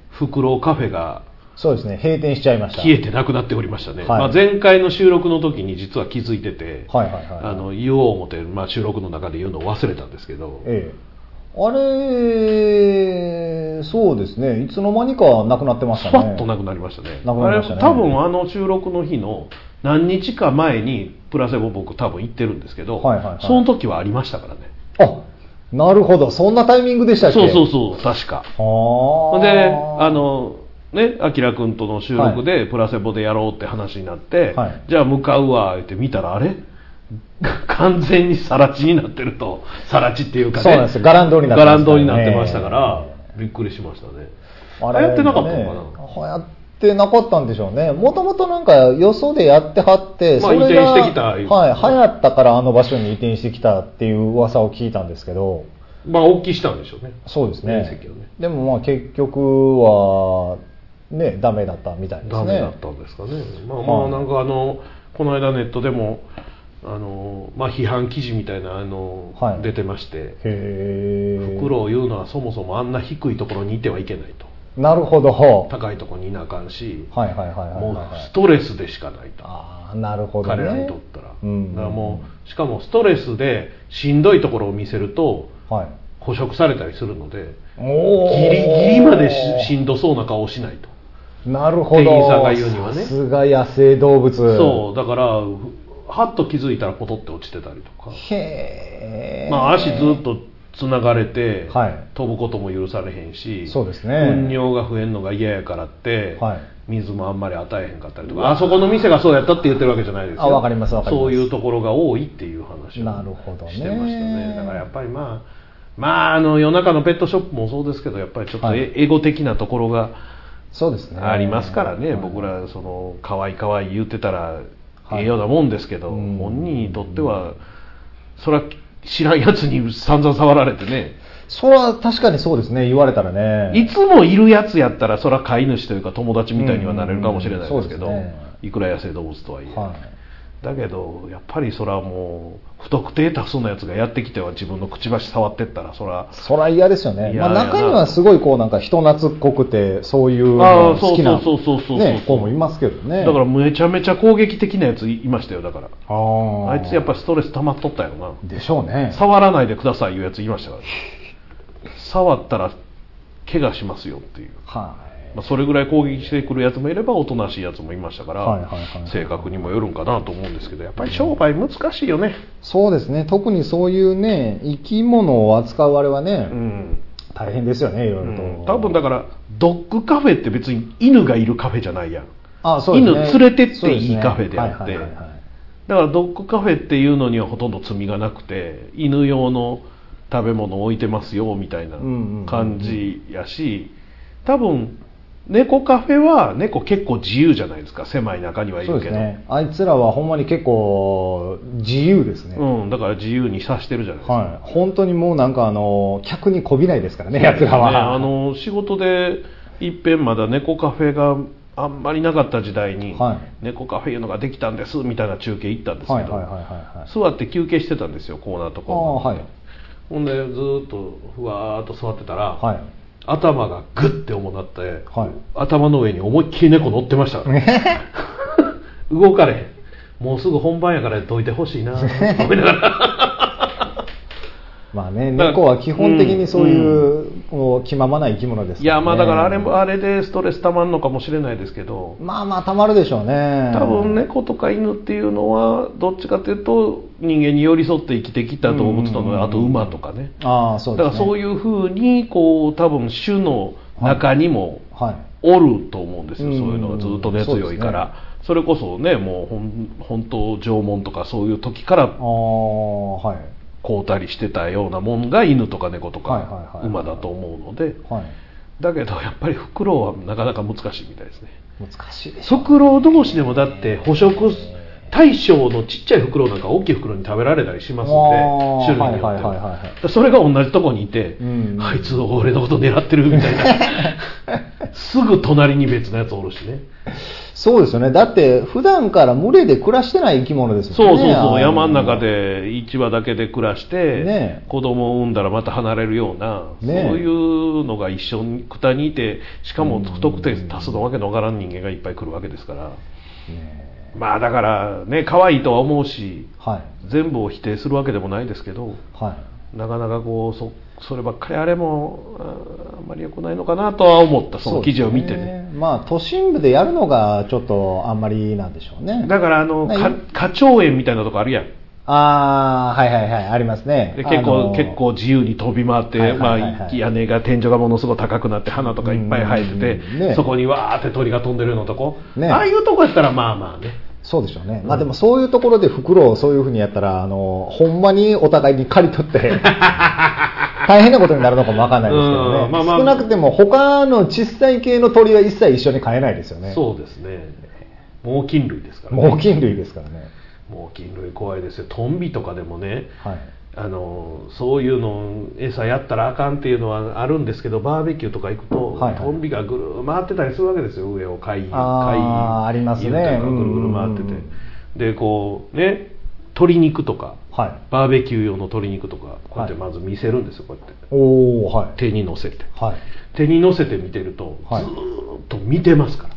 Speaker 2: ええ
Speaker 1: フクロウカフェが
Speaker 2: えそうですね、閉店しちゃいました。
Speaker 1: 消えてなくなっておりましたね。
Speaker 2: はい
Speaker 1: まあ、前回の収録の時に実は気づいてて、
Speaker 2: はいはいはい。
Speaker 1: あの、言おう思って、まあ、収録の中で言うのを忘れたんですけど、
Speaker 2: ええ。あれ、そうですね、いつの間にかなくなってまし
Speaker 1: ス
Speaker 2: たね。
Speaker 1: パッとなくなりましたね。
Speaker 2: なくなりましたね
Speaker 1: あれ多分あの収録の日の何日か前にプラセボ僕多分行ってるんですけど、
Speaker 2: はいはいはい
Speaker 1: その時はありましたからね。
Speaker 2: あなるほど、そんなタイミングでしたっけ
Speaker 1: そうそう
Speaker 2: う。
Speaker 1: そう、確か。
Speaker 2: はあ。
Speaker 1: で、あ、の、ね、あきらくんとの収録でプラセボでやろうって話になって、
Speaker 2: はい
Speaker 1: じゃあ向かうわ、言って見たらあれ 完全にさら地になってると、さら地っていうかね、
Speaker 2: そうなんですよガランドになって
Speaker 1: ガラ
Speaker 2: まし
Speaker 1: ン
Speaker 2: た
Speaker 1: ド
Speaker 2: ね
Speaker 1: になってましたから、びっくりしましたね。
Speaker 2: あ
Speaker 1: 流行ってなかったのかな
Speaker 2: 流行ってなかったんでしょうねもともとなんかよそでやってはって、
Speaker 1: まあ
Speaker 2: それが
Speaker 1: 移転してきた
Speaker 2: はい、流行ったからあの場所に移転してきたっていう噂を聞いたんですけど
Speaker 1: まあ、大きいしたんでしょうね。
Speaker 2: そうですね
Speaker 1: 面積をね
Speaker 2: でもまあ結局はねダメだったみたいですね
Speaker 1: ダメだったんですかね。まあまあ、
Speaker 2: はい
Speaker 1: なんかあの、この間ネットでも、あの、まあ批判記事みたいな、あの、
Speaker 2: はい
Speaker 1: 出てまして、
Speaker 2: へえ
Speaker 1: 袋を言うのはそもそもあんな低いところにいてはいけないと。
Speaker 2: なるほどはい
Speaker 1: 高いところにいなあかんし、
Speaker 2: はいはいはいはい
Speaker 1: も
Speaker 2: は
Speaker 1: うス
Speaker 2: い
Speaker 1: トレスでしかないと。
Speaker 2: ああなるほどね
Speaker 1: 彼らにとったら。
Speaker 2: うん
Speaker 1: だからもう、しかもストレスでしんどいところを見せると、
Speaker 2: はい
Speaker 1: 捕食されたりするので、ギ
Speaker 2: おー
Speaker 1: リギリまでししんどそうな顔をしないと。
Speaker 2: なるほど
Speaker 1: 店員さんが言うにはね
Speaker 2: さすが野生動物
Speaker 1: そう、だから、はっと気づいたらポトって落ちてたりとか、
Speaker 2: へえ
Speaker 1: まあ、足ずっとつながれて、
Speaker 2: はい
Speaker 1: 飛ぶことも許されへんし、
Speaker 2: そうですね
Speaker 1: 糞尿が増えるのが嫌やからって、
Speaker 2: はい
Speaker 1: 水もあんまり与えへんかったりとか、あそこの店がそうやったって言ってるわけじゃないですよ、
Speaker 2: あわかりますわかります
Speaker 1: そういうところが多いっていう話を
Speaker 2: なるほどね
Speaker 1: してましたね。だからやっぱりまあまあ、あの夜中のペットショップもそうですけど、やっぱりちょっと
Speaker 2: はい
Speaker 1: エエゴ的なところが
Speaker 2: そうですね
Speaker 1: ありますからね、
Speaker 2: はい
Speaker 1: 僕らその可愛い可愛い言ってたら
Speaker 2: は
Speaker 1: え
Speaker 2: い
Speaker 1: えようなもんですけど、
Speaker 2: うん
Speaker 1: 本人にとってはそりゃ知らんやつに散々触られてね、
Speaker 2: それは確かにそうですね言われたらね
Speaker 1: いつもいるやつやったらそりゃ飼い主というか友達みたいにはなれるかもしれないですけど、
Speaker 2: うんうんそうですね
Speaker 1: いくら野生動物とはいえ、
Speaker 2: はい
Speaker 1: だけどやっぱりそれはもう不特定多数のやつがやってきては自分のくちばし触ってったらそりゃ
Speaker 2: そりゃ嫌ですよね、
Speaker 1: 嫌
Speaker 2: まあ、
Speaker 1: やな
Speaker 2: 中にはすごいこうなんか人懐っこくてそういう
Speaker 1: あ
Speaker 2: の
Speaker 1: ー
Speaker 2: 好きな
Speaker 1: そうそうそうそうそう
Speaker 2: ね子もいますけどね
Speaker 1: だからめちゃめちゃ攻撃的なやついましたよだから
Speaker 2: あー
Speaker 1: あいつやっぱストレス溜まっとったよな
Speaker 2: でしょうね
Speaker 1: 触らないでくださいいうやついましたから触ったら怪我しますよっていう、
Speaker 2: はい
Speaker 1: まあ、それぐらい攻撃してくるやつもいればおとなしいやつもいましたから、
Speaker 2: はいはいはい
Speaker 1: 性格にもよるんかなと思うんですけどやっぱり商売難しいよね
Speaker 2: そうですね特にそういうね生き物を扱うあれはね、
Speaker 1: うん、
Speaker 2: 大変ですよねいろいろと、
Speaker 1: 多分だからドッグカフェって別に犬がいるカフェじゃないやん
Speaker 2: あそうですね
Speaker 1: 犬連れてって
Speaker 2: そうすね
Speaker 1: いいカフェであって
Speaker 2: はいはいはいはい
Speaker 1: だからドッグカフェっていうのにはほとんど罪がなくて犬用の食べ物を置いてますよみたいな感じやし多分猫カフェは猫結構自由じゃないですか狭い中にはい
Speaker 2: そ
Speaker 1: る
Speaker 2: うで
Speaker 1: け
Speaker 2: す
Speaker 1: ど
Speaker 2: ねあいつらはほんまに結構自由ですね、
Speaker 1: うん、だから自由にさしてるじゃないですか、
Speaker 2: はい本当にもうなんかあの客にこびないですからねやつらは、
Speaker 1: ねあの仕事でいっぺんまだ猫カフェがあんまりなかった時代に、
Speaker 2: はい
Speaker 1: 猫カフェいうのができたんですみたいな中継行ったんですけど、
Speaker 2: はいはいはいはいはい
Speaker 1: 座って休憩してたんですよコーナーとか
Speaker 2: ああはい
Speaker 1: ほんでずーっとふわーっと座ってたら、
Speaker 2: はい
Speaker 1: 頭がグッて重なって、
Speaker 2: はい
Speaker 1: 頭の上に思いっきり猫乗ってました動かれへんもうすぐ本番やからどいてほしいなと思いなが ら
Speaker 2: まあね
Speaker 1: だから
Speaker 2: 猫は基本的にそういううこう気ままな生き物です
Speaker 1: い
Speaker 2: から、
Speaker 1: や
Speaker 2: ね、
Speaker 1: まあだからあれもあれでストレスたまんのかもしれないですけど
Speaker 2: まあまあたまるでしょうね
Speaker 1: 多分猫とか犬っていうのはどっちかというと人間に寄り添って生きてきた動物と
Speaker 2: うんうんうんうん
Speaker 1: のあと馬とかね
Speaker 2: ああそう
Speaker 1: だ
Speaker 2: で
Speaker 1: か
Speaker 2: すね
Speaker 1: らそういうふうにこう多分種の中にも
Speaker 2: はい
Speaker 1: おると思うんですよ、
Speaker 2: うん
Speaker 1: そういうのがずっと根強いから、それこそねもうほん本当縄文とかそういう時から
Speaker 2: ああはい
Speaker 1: 買うたりしてたようなもんが犬とか猫と
Speaker 2: はいはい
Speaker 1: か
Speaker 2: はい
Speaker 1: 馬だと思うので
Speaker 2: はい
Speaker 1: だけどやっぱりフクロウはなかなか難しいみたいですね
Speaker 2: 難しいでしょ
Speaker 1: フクロウ同士でもだって捕食大小のちっちゃいフクロウなんか大きいフクロウに食べられたりします
Speaker 2: あー
Speaker 1: んで種類によって
Speaker 2: はいはいはいはい
Speaker 1: はそれが同じとこにいて、
Speaker 2: うん
Speaker 1: あいつ俺のこと狙ってるみたい なすぐ隣に別のやつおるしね
Speaker 2: そうですよねだって普段から群れで暮らしてない生き物です
Speaker 1: そう
Speaker 2: も
Speaker 1: そ
Speaker 2: ん
Speaker 1: う
Speaker 2: ね
Speaker 1: そう、
Speaker 2: あ
Speaker 1: 山の中で1羽だけで暮らして、
Speaker 2: ねえ
Speaker 1: 子供を産んだらまた離れるような、
Speaker 2: ねえ
Speaker 1: そういうのが一緒にくたにいてしかも不特定多数のわけのわからん人間がいっぱい来るわけですから、まあだからね可愛いとは思うし
Speaker 2: はい
Speaker 1: 全部を否定するわけでもないですけど
Speaker 2: はい
Speaker 1: なかなかこうそそればっかりあれもあーあんまり良くないのかなとは思ったその記事を見て
Speaker 2: そうで
Speaker 1: ね。
Speaker 2: すまあ都心部でやるのがちょっとあんまりなんでしょうね
Speaker 1: だからあの
Speaker 2: ね
Speaker 1: か花鳥園みたいなとこあるやん
Speaker 2: ああはいはいはいありますね
Speaker 1: で結
Speaker 2: あ
Speaker 1: 構
Speaker 2: の
Speaker 1: 結構自由に飛び回って、
Speaker 2: はいはいはいはい
Speaker 1: まあ、屋根が天井がものすごく高くなって花とかいっぱい生えてて、
Speaker 2: うんね
Speaker 1: そこにわーって鳥が飛んでるのとこ、
Speaker 2: ね
Speaker 1: ああいうとこやったらまあまあね
Speaker 2: そうでしょうね、まあでもそういうと ころで袋をそういうふうにやったらあのほんまにお互いに刈り取って大変なことになるのかもわかんないですけど
Speaker 1: う
Speaker 2: ね。
Speaker 1: んまあまあ
Speaker 2: 少なくても他の小さい系の鳥は一切一緒に飼えないですよね。
Speaker 1: そうですね猛禽類ですから、ね、
Speaker 2: 猛禽類ですからね。
Speaker 1: 猛禽類怖いですよトンビとかでもね
Speaker 2: はい。
Speaker 1: あのそういうの餌やったらあかんっていうのはあるんですけどバーベキューとか行くと、
Speaker 2: はいはい
Speaker 1: トンビがぐるー回ってたりするわけですよ上を海
Speaker 2: あーありますね
Speaker 1: ぐるぐる回ってて、
Speaker 2: うんうん
Speaker 1: でこうね鶏肉とか
Speaker 2: はい。
Speaker 1: バーベキュー用の鶏肉とかこうやってまず見せるんですよこうやって
Speaker 2: おおはい。
Speaker 1: 手に乗せて
Speaker 2: はい。
Speaker 1: 手に乗せて見てると、
Speaker 2: はい
Speaker 1: ずーっと見てますから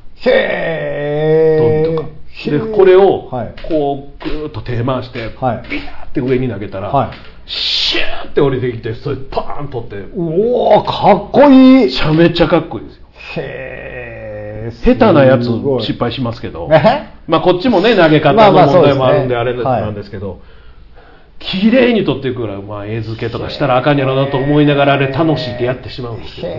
Speaker 2: へ
Speaker 1: トン
Speaker 2: ー
Speaker 1: とか、でこれを
Speaker 2: はい。
Speaker 1: こうぐーっと手回して、
Speaker 2: はい。
Speaker 1: ビャーって上に投げたら、
Speaker 2: はい。
Speaker 1: シューって降りてきてそれパーン取ってめ
Speaker 2: おおかっこいい
Speaker 1: ちゃめちゃかっこいいですよ
Speaker 2: へえ
Speaker 1: 下手なやつ
Speaker 2: すごい
Speaker 1: 失敗しますけど
Speaker 2: え
Speaker 1: まあこっちもね投げ方
Speaker 2: まあ
Speaker 1: の
Speaker 2: まあ
Speaker 1: 問題もあ
Speaker 2: そうですね
Speaker 1: るんであれ
Speaker 2: はい
Speaker 1: なんですけど、綺麗に取っていくからい、まあ、絵付けとかしたらあかんやろなと思いながらあれ楽しいってやってしまうんですけどね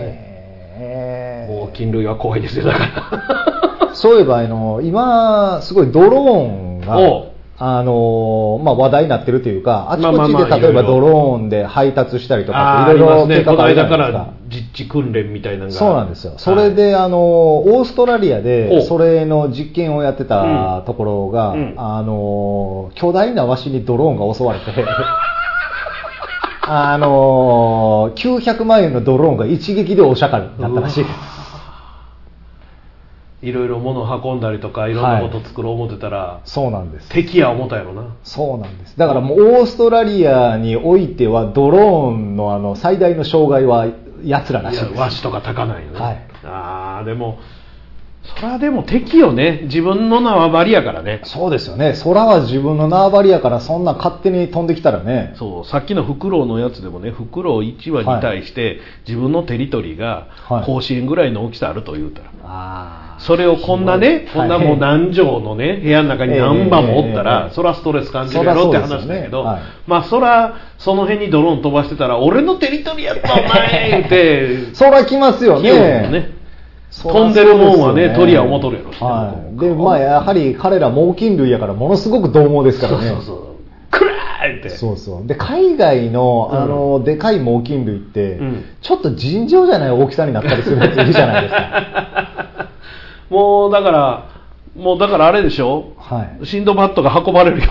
Speaker 2: へ
Speaker 1: もう菌類は怖いですよだか
Speaker 2: ーそういえばあの今すごいドローン
Speaker 1: ら
Speaker 2: が
Speaker 1: おう
Speaker 2: あのーまあ、話題になってるというかあちこ
Speaker 1: まあ
Speaker 2: ち
Speaker 1: まあまあ
Speaker 2: で例えば
Speaker 1: いろいろ
Speaker 2: ドローンで配達したりとか
Speaker 1: あー
Speaker 2: って
Speaker 1: あ
Speaker 2: い
Speaker 1: ります
Speaker 2: ろいろ
Speaker 1: ね
Speaker 2: 計
Speaker 1: こ
Speaker 2: 画
Speaker 1: の
Speaker 2: あるじゃ
Speaker 1: 間
Speaker 2: な
Speaker 1: か
Speaker 2: いです
Speaker 1: ら
Speaker 2: か
Speaker 1: 実地訓練みたいなのが
Speaker 2: そうなんですよそれで、あのーオーストラリア
Speaker 1: お
Speaker 2: でそれの実験をやってたところが、
Speaker 1: うん
Speaker 2: あのー巨大なワシにドローンが襲わ れてあのー900万円のドローンが一撃でお釈迦になったらしいです
Speaker 1: いろいろ物を運んだりとかいろんなこと作ろう思ってたら、
Speaker 2: そうなんです
Speaker 1: 敵や思ったやろな
Speaker 2: そうなんですだからもうオーストラリアにおいてはドローンのあの最大の障害はやつらら
Speaker 1: い
Speaker 2: しい
Speaker 1: や
Speaker 2: です
Speaker 1: 和紙とか炊かないよね、
Speaker 2: はい
Speaker 1: ああでもそれはでも敵よね自分の縄張りやからね
Speaker 2: そうですよね空は自分の縄張りやからそんな勝手に飛んできたらね
Speaker 1: そうさっきのフクロウのやつでもねフクロウ1羽に対して自分のテリトリーが
Speaker 2: はい
Speaker 1: 甲子園ぐらいの大きさあると言うたら、
Speaker 2: あ
Speaker 1: それをこんなね、
Speaker 2: すご
Speaker 1: こ
Speaker 2: い
Speaker 1: んなもう何畳のね、部屋の中に何羽もおった
Speaker 2: えええええ
Speaker 1: ら、
Speaker 2: え
Speaker 1: そらストレス感じるやろって話だけど、
Speaker 2: そらそうですよねはい
Speaker 1: まあそら、その辺にドローン飛ばしてたら、俺のテリトリーやったお前って、
Speaker 2: 空来ますよね
Speaker 1: 気分もね、
Speaker 2: そら
Speaker 1: 飛んでるもんはね、
Speaker 2: そうですよ
Speaker 1: 鳥や思うとるやろしね
Speaker 2: はい、でまあやはり彼ら猛禽類やからものすごく獰猛ですからね
Speaker 1: そうそうそう。くらーって。
Speaker 2: そうそうで海外の
Speaker 1: うん
Speaker 2: あの、でかい猛禽類って、
Speaker 1: うん
Speaker 2: ちょっと尋常じゃない大きさになったりするやついるじゃないです か
Speaker 1: もうだから、もうだからあれでしょ、
Speaker 2: はい
Speaker 1: シンドバッドが運ばれるよ。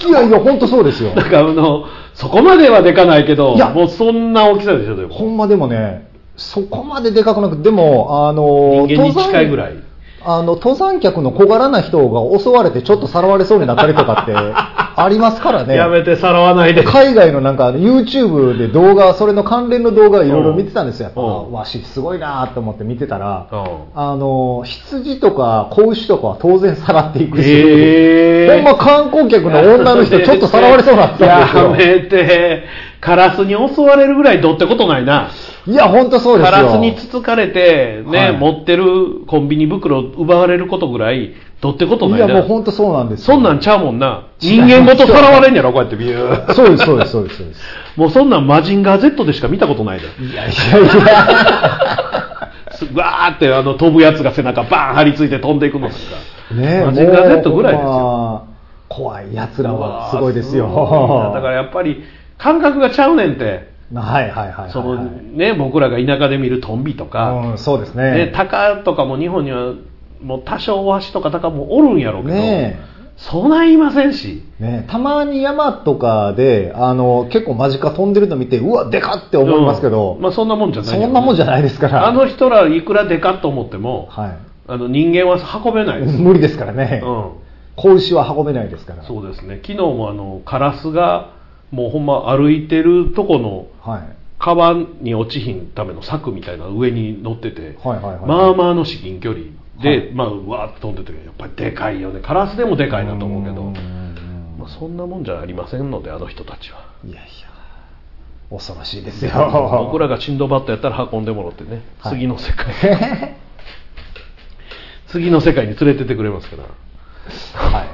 Speaker 2: いやいや本当そうですよ
Speaker 1: なんかあの、そこまではでかないけど、
Speaker 2: いや
Speaker 1: もうそんな大きさでしょ、で
Speaker 2: ほ
Speaker 1: も。
Speaker 2: んまでもねそこまででかくなくてでもあの
Speaker 1: 人間に近いぐらい
Speaker 2: 登。山あの登山客の小柄な人が襲われてちょっとさらわれそうになったり とかってありますからね
Speaker 1: やめてさらわないで。
Speaker 2: 海外のなんかあの YouTube で動画、それの関連の動画いろいろ見てたんですよ。やっぱ、
Speaker 1: うん
Speaker 2: わしすごいなーと思って見てた
Speaker 1: う
Speaker 2: ら、
Speaker 1: ん
Speaker 2: あの、羊とか子牛とかは当然さらっていくし、
Speaker 1: え
Speaker 2: ほんま観光客の女の 人ちょっとさらわれそうになったん
Speaker 1: や
Speaker 2: ですよ。
Speaker 1: めて、カラスに襲われるぐらいどうってことないな。
Speaker 2: いや、ほんとそうです
Speaker 1: カ
Speaker 2: よ。
Speaker 1: ラスにつつかれて、ね、
Speaker 2: はい
Speaker 1: 持ってるコンビニ袋を奪われることぐらい、どうってことないいな。
Speaker 2: や、もうほんとそうなんですよ
Speaker 1: そんなんちゃうもんな。人間ごとさらわれんやろ、こうやってビュー。
Speaker 2: そうです、そうです、そうです、そ うです。
Speaker 1: もうそんなんマジンガー Z でしか見たことないで。
Speaker 2: いやいやいや。
Speaker 1: すわーってあの飛ぶやつが背中バーン張り付いて飛んでいくのなんか。
Speaker 2: ねえ
Speaker 1: マジンガー Z ぐらいですよ
Speaker 2: もうまあ怖い奴らはすごいですよ。
Speaker 1: うわーすごいなだからやっぱり感覚がちゃうねんって。
Speaker 2: はいはいはいはいはい。
Speaker 1: そのね、僕らが田舎で見るトンビと
Speaker 2: う
Speaker 1: か、
Speaker 2: ん、そうですね。
Speaker 1: ね、タカとかも日本にはもう多少ワシとかタカもおるんやろうけど、
Speaker 2: ね
Speaker 1: そないいませんし。
Speaker 2: えねえたまに山とかであの結構間近飛んでるの見てうわでかって思いますけど、
Speaker 1: うんまあそんなもんじゃないよね
Speaker 2: そんなもんじゃないですから
Speaker 1: あの人らいくらでかっと思っても、
Speaker 2: は
Speaker 1: あの人間は運べないいです。
Speaker 2: 無理ですからね、
Speaker 1: うん
Speaker 2: 子牛は運べないですから
Speaker 1: そうですね、昨日もあのカラスが、もうほんま歩いてるとこの
Speaker 2: はい、
Speaker 1: 川に落ちひんための柵みたいなの上に乗ってて、
Speaker 2: はいはいはい
Speaker 1: まあまあの至近距離で、
Speaker 2: はい
Speaker 1: まあ、うわーって飛んでて、やっぱりでかいよね、カラスでもでかいなと思うけど、
Speaker 2: んん
Speaker 1: まあ、そんなもんじゃありませんので、あの人たちは。
Speaker 2: いやいや恐ろしいですよ
Speaker 1: 僕らが振動バットやったら運んでもらってね、
Speaker 2: はい
Speaker 1: 次の世界 次の世界に連れてってくれますから
Speaker 2: はい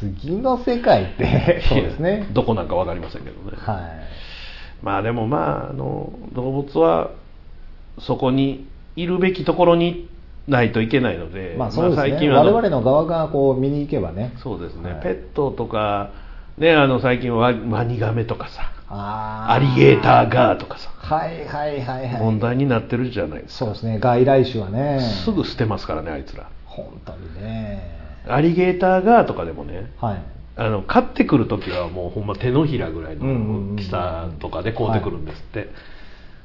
Speaker 2: 次の世界ってそうですね
Speaker 1: どこなんか分かりませんけどね、
Speaker 2: はい
Speaker 1: まあでもまああの動物はそこにいるべきところにないといけないので、
Speaker 2: まあそうです
Speaker 1: 最
Speaker 2: ね、
Speaker 1: 近はあ
Speaker 2: 我
Speaker 1: の
Speaker 2: 々の側がこう見に行けばね
Speaker 1: そうですね、
Speaker 2: はい
Speaker 1: ペットとかねあの最近はワワニガメとかさ
Speaker 2: あ
Speaker 1: アリゲーターがとかさ
Speaker 2: ーはいはいはいはい
Speaker 1: 問題になってるじゃないです
Speaker 2: そう
Speaker 1: か
Speaker 2: ですね外来種はね
Speaker 1: すぐ捨てますからねあいつら
Speaker 2: 本当にね
Speaker 1: アリゲーターがとかでもね
Speaker 2: はい
Speaker 1: あの買ってくる時はもうほんま手のひらぐらいの大きさとかで買うてくるんですって、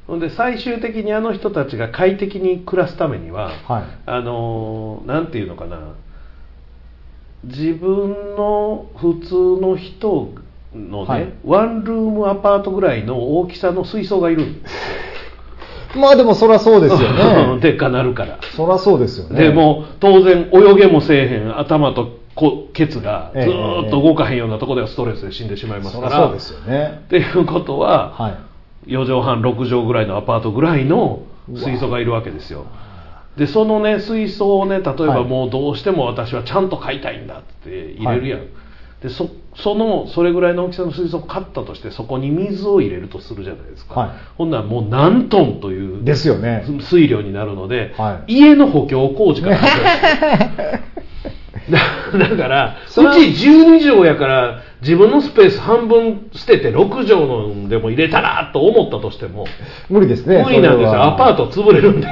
Speaker 1: ほんで最終的にあの人たちが快適に暮らすためには、
Speaker 2: はい
Speaker 1: あのーなんていうのかな自分の普通の人のね、
Speaker 2: はい
Speaker 1: ワンルームアパートぐらいの大きさの水槽がいるんです
Speaker 2: まあでもそりゃ そうですよ ね
Speaker 1: でっかなるから
Speaker 2: そりゃそうですよ
Speaker 1: で
Speaker 2: ね
Speaker 1: もう当然泳げもせえへん頭とこケツがずーっと動かへんようなとこではストレスで死んでしまいます
Speaker 2: そ
Speaker 1: か
Speaker 2: りゃ
Speaker 1: ら、
Speaker 2: そうですよね
Speaker 1: っていうことは
Speaker 2: はい
Speaker 1: 4畳半6畳ぐらいのアパートぐらいの水槽がいるわけですよでそのね水槽をね例え
Speaker 2: は
Speaker 1: ば
Speaker 2: い
Speaker 1: もうどうしても私はちゃんと買いたいんだって入れるやん、
Speaker 2: は
Speaker 1: でそそのそれぐらいの大きさの水槽を買ったとしてそこに水を入れるとするじゃないですか、
Speaker 2: はい
Speaker 1: ほんならもう何トンという
Speaker 2: ですよね
Speaker 1: 水量になるので、
Speaker 2: は
Speaker 1: 家の補強工事から始まるだ だからうち
Speaker 2: それは
Speaker 1: 12畳やから自分のスペース半分捨てて6畳のでも入れたらと思ったとしても
Speaker 2: 無理ですね
Speaker 1: 無理なんですよ
Speaker 2: それは
Speaker 1: アパート潰れるんで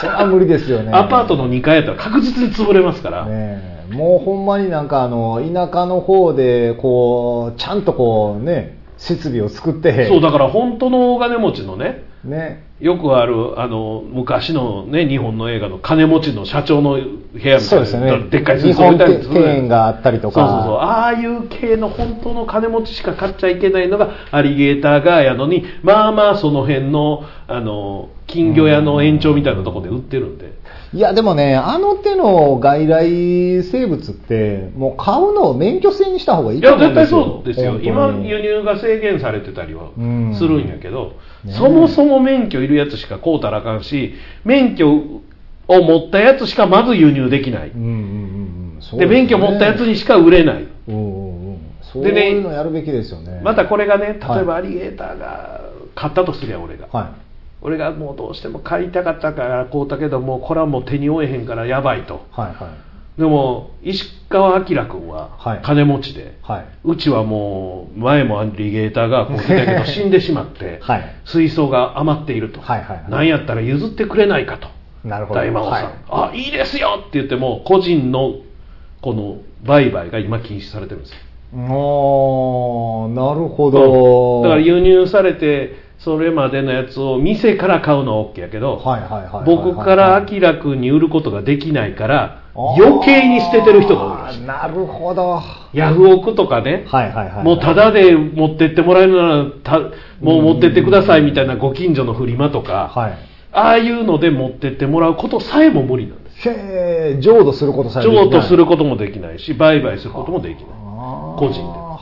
Speaker 2: それは無理ですよね
Speaker 1: アパートの2階やったら確実に潰れますから、
Speaker 2: ねえもうほんまになんかあの田舎の方でこうちゃんとこうね設備を作って
Speaker 1: そうだから本当の大金持ちのね
Speaker 2: ね
Speaker 1: よくあるあの昔の、ね、日本の映画の金持ちの社長の部屋み
Speaker 2: そ
Speaker 1: た
Speaker 2: う
Speaker 1: い
Speaker 2: です
Speaker 1: な、
Speaker 2: よね
Speaker 1: でっかい
Speaker 2: 日
Speaker 1: 水槽
Speaker 2: 本
Speaker 1: みたい
Speaker 2: 庭
Speaker 1: に潰れる
Speaker 2: 園があったりと
Speaker 1: そうそうそう
Speaker 2: か
Speaker 1: ああいう系の本当の金持ちしか買っちゃいけないのがアリゲーターガーやのにまあまあその辺のあの金魚屋の延長みたいなところで売ってるんで
Speaker 2: いやでもねあの手の外来生物ってもう買うのを免許制にした方がいい
Speaker 1: い
Speaker 2: と
Speaker 1: や
Speaker 2: 思うん
Speaker 1: 絶対
Speaker 2: ですよ
Speaker 1: そうですよ
Speaker 2: 本当
Speaker 1: 今
Speaker 2: に
Speaker 1: 輸入が制限されてたりは
Speaker 2: うん
Speaker 1: するんやけど、
Speaker 2: ね
Speaker 1: そもそも免許いるやつしか買うたらあかんし免許を持ったやつしかまず輸入できない、
Speaker 2: うんうんうんうんそう
Speaker 1: です
Speaker 2: ね
Speaker 1: 免許持ったやつにしか売れない
Speaker 2: うんうんうんそう
Speaker 1: でね
Speaker 2: いうのやるべきですよね
Speaker 1: またこれがね例えば
Speaker 2: は
Speaker 1: アリゲーターが買ったとすりゃ俺が、
Speaker 2: は
Speaker 1: 俺がもうどうしても買いたかったから買うたけどもうこれはもう手に負えへんからやばいと
Speaker 2: いはいはい
Speaker 1: でも石川明君
Speaker 2: は
Speaker 1: はい金持ちで、
Speaker 2: は
Speaker 1: うちはもう前もアリゲーターがこう来た けど死んでしまって、
Speaker 2: はい
Speaker 1: 水槽が余っていると、
Speaker 2: はいはいはい
Speaker 1: なんやったら譲ってくれないかと
Speaker 2: いなるほど
Speaker 1: 大魔王さん、
Speaker 2: はい
Speaker 1: あいいですよって言っても個人のこの売買が今禁止されてるんですよ
Speaker 2: おーなるほど、
Speaker 1: だから輸入されてそれまでのやつを店から買うのは OK やけど、
Speaker 2: はいはいはいはい
Speaker 1: 僕から明君に売ることができないから
Speaker 2: あー
Speaker 1: 余計に捨ててる人が多いら
Speaker 2: あ
Speaker 1: し
Speaker 2: ー
Speaker 1: い
Speaker 2: なるほどはい
Speaker 1: ヤフオクとかね、
Speaker 2: はいはい
Speaker 1: もうタダで持ってってもらえるならたもう持ってってくださいみたいなご近所のフリマとか、
Speaker 2: はい
Speaker 1: ああいうので持ってってもらうことさえも無理なんです
Speaker 2: へえ浄土することさえできない
Speaker 1: 譲渡することもできないし売買することもできない
Speaker 2: あー
Speaker 1: 個人で
Speaker 2: は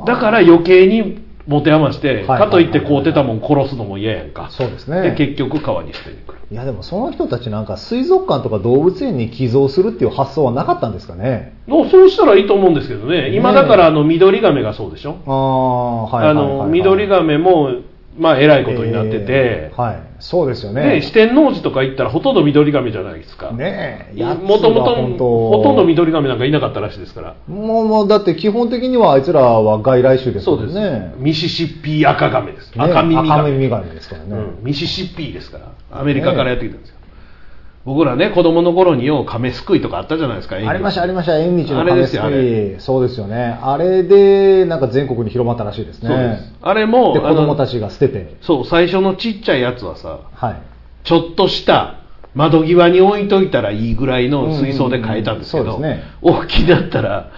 Speaker 2: あ
Speaker 1: だから余計に持て余して、
Speaker 2: いはい
Speaker 1: かといってこうてたもん殺すのも嫌やんか
Speaker 2: そうですね
Speaker 1: で結局川に捨てに来る
Speaker 2: いやでもその人たちなんか水族館とか動物園に寄贈するっていう発想はなかったんですかね
Speaker 1: のそうしたらいいと思うんですけどね
Speaker 2: ね
Speaker 1: 今だからあの緑ガメがそうでしょ
Speaker 2: ああはい
Speaker 1: あ
Speaker 2: はいはいはい、
Speaker 1: の緑ガメも、まあ、えらいことになってて、
Speaker 2: えーはいそうですよね
Speaker 1: ね、四天王寺とか行ったらほとんど緑ガメじゃないですか、
Speaker 2: ねえやつは
Speaker 1: もともと
Speaker 2: 本当
Speaker 1: ほとんど緑ガメなんかいなかったらしいですから、
Speaker 2: もうもうだって基本的にはあいつらは外来種です
Speaker 1: そ
Speaker 2: も
Speaker 1: うんです、
Speaker 2: ね
Speaker 1: ミシシッピ赤ガメです、
Speaker 2: ね
Speaker 1: 赤耳ガ
Speaker 2: 赤
Speaker 1: メ
Speaker 2: 耳ガメですから
Speaker 1: う
Speaker 2: ね、
Speaker 1: んミシシッピですから、アメリカからやってきたんですよ、僕らね、子供の頃にようカメすくいとかあったじゃないですか、
Speaker 2: ありましたありま
Speaker 1: し
Speaker 2: した縁日の
Speaker 1: あれ
Speaker 2: 亀
Speaker 1: です
Speaker 2: す
Speaker 1: よあれ
Speaker 2: くいそうですよねあれでなんか全国に広まったらしいですね
Speaker 1: そうですあれも
Speaker 2: で子
Speaker 1: あの
Speaker 2: 供たちが捨てて
Speaker 1: そう、最初のちっちゃいやつはさ、
Speaker 2: はい
Speaker 1: ちょっとした窓際に置いといたらいいぐらいの水槽で買えたんですけ
Speaker 2: うんうん
Speaker 1: ど、
Speaker 2: うんそうですね
Speaker 1: 大きなったら、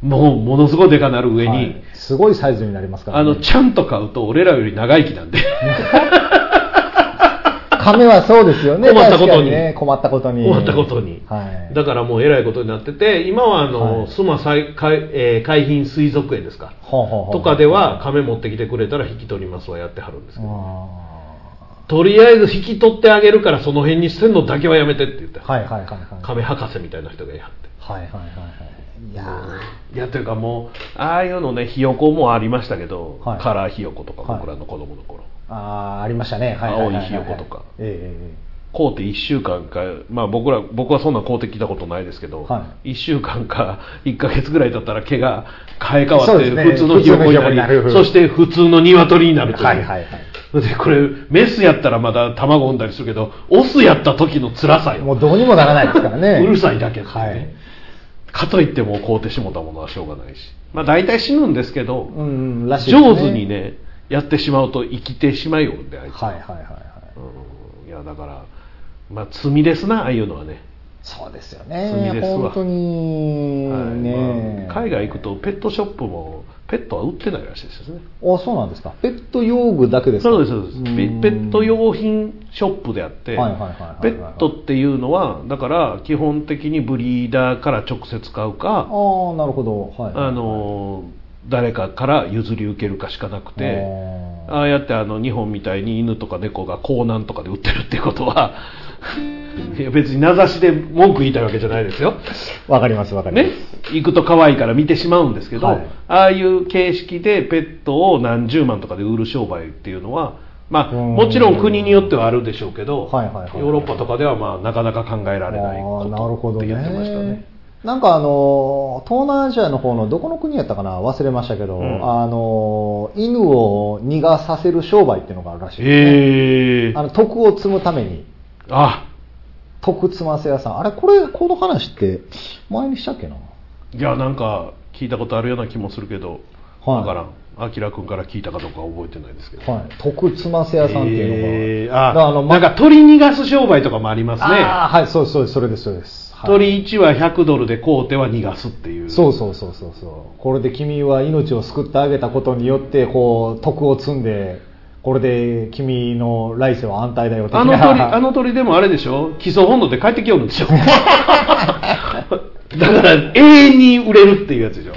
Speaker 1: もうものすごいでかなる上に、
Speaker 2: はいすごいサイズになりますから、
Speaker 1: あ
Speaker 2: ね、
Speaker 1: のちゃんと買うと俺らより長生きなんで
Speaker 2: 亀はそうですよね
Speaker 1: 困ったことに
Speaker 2: 確かね、困ったことに
Speaker 1: 困ったことに
Speaker 2: はい
Speaker 1: だからもうえらいことになってて今はあの、
Speaker 2: はい
Speaker 1: 須磨再海,、えー海浜水族園ですか
Speaker 2: ほうほうほう
Speaker 1: とかでは亀持ってきてくれたら引き取りますはやってはるんですけど、
Speaker 2: あ
Speaker 1: とりあえず引き取ってあげるからその辺に捨てるのだけはやめてって言って、
Speaker 2: ーはいはいはいはい
Speaker 1: 亀博士みたいな人がやって
Speaker 2: はいはいはいはいいやー
Speaker 1: いやというかもうああいうのねひよこもありましたけど、
Speaker 2: はい
Speaker 1: カラーひよことか
Speaker 2: はい
Speaker 1: 僕らの子供の頃、
Speaker 2: あーありましたね、はいははは
Speaker 1: 青いひよことか
Speaker 2: ええええええ
Speaker 1: 買うて1週間か、まあ、僕ら僕はそんな買うてきたことないですけど、
Speaker 2: は
Speaker 1: 1週間か1ヶ月ぐらい経ったら毛が生え変わ
Speaker 2: そう
Speaker 1: って
Speaker 2: ですね
Speaker 1: 普通のひよこになり
Speaker 2: 普通のひよこになる
Speaker 1: そして普通の鶏になるという、
Speaker 2: はいはいはい
Speaker 1: でこれメスやったらまだ卵産んだりするけどオスやった時の辛さよ
Speaker 2: もうどうにもならないですからね。
Speaker 1: うるさいだけってね
Speaker 2: はい。
Speaker 1: かといってもう買うてしもたものはしょうがないし、まあ、大体死ぬんですけど、
Speaker 2: うんうん、らしいですね
Speaker 1: 上手に。ねやってしまうと生きてしまいよってあいつ
Speaker 2: はいはいはいはい。
Speaker 1: いやだからまあ罪ですなああいうのはね
Speaker 2: そうですよ
Speaker 1: 罪
Speaker 2: ね。
Speaker 1: ですわ
Speaker 2: 本当に
Speaker 1: はい
Speaker 2: ね、
Speaker 1: まあ海外行くとペットショップもペットは売ってないらしいですね
Speaker 2: あ、そうなんですか。ペット用具だけですか。
Speaker 1: そうですそうですペ
Speaker 2: ん
Speaker 1: ペット用品ショップであって
Speaker 2: はいはいはいはいはい
Speaker 1: ペットっていうのはだから基本的にブリーダーから直接買う
Speaker 2: あ
Speaker 1: か
Speaker 2: あ、なるほど。はい。
Speaker 1: あの誰かから譲り受けるかしかなくて
Speaker 2: あー
Speaker 1: ああやってあの日本みたいに犬とか猫が港南とかで売ってるってことは いや別に名指しで文句言いたいわけじゃないですよ、
Speaker 2: わかりますわかります。
Speaker 1: ね、行くと可愛いから見てしまうんですけど、
Speaker 2: はい
Speaker 1: ああいう形式でペットを何十万とかで売る商売っていうのは、まあ、
Speaker 2: うん
Speaker 1: もちろん国によってはあるでしょうけど、
Speaker 2: はいはいはい
Speaker 1: ヨーロッパとかではまあなかなか考えられない
Speaker 2: あ
Speaker 1: こ
Speaker 2: ーなるほ
Speaker 1: と
Speaker 2: ど
Speaker 1: って
Speaker 2: ね
Speaker 1: 言ってましたね。
Speaker 2: なんかあの東南アジアの方のどこの国やったかな忘れましたけど、
Speaker 1: うん
Speaker 2: あの犬を逃がさせる商売っていうのがあるらしいです
Speaker 1: え
Speaker 2: ね、あ
Speaker 1: ー、
Speaker 2: の徳を積むために
Speaker 1: あ
Speaker 2: 徳積ませ屋さんあれこれこの話って前にしたっけなはい
Speaker 1: やなんか聞いたことあるような気もするけど、
Speaker 2: はい
Speaker 1: わからんあきら君から聞いたかどうかは覚えてないですけど、
Speaker 2: い徳積ませ屋さんってい
Speaker 1: え
Speaker 2: う
Speaker 1: ー
Speaker 2: のが、
Speaker 1: あ
Speaker 2: だからあのま
Speaker 1: なんか鳥逃がす商売とかもありますね
Speaker 2: あーはいそうですそうですそれですそれです、はい
Speaker 1: 鳥1は100ドルで買うては逃がすっていう
Speaker 2: そうそうそうそうそうこれで君は命を救ってあげたことによってこう徳を積んでこれで君の来世は安泰だよ的な
Speaker 1: あの 鳥あの鳥でもあれでしょ基礎本能で帰ってきよるんでしょだから永遠に売れるっていうやつでしょ、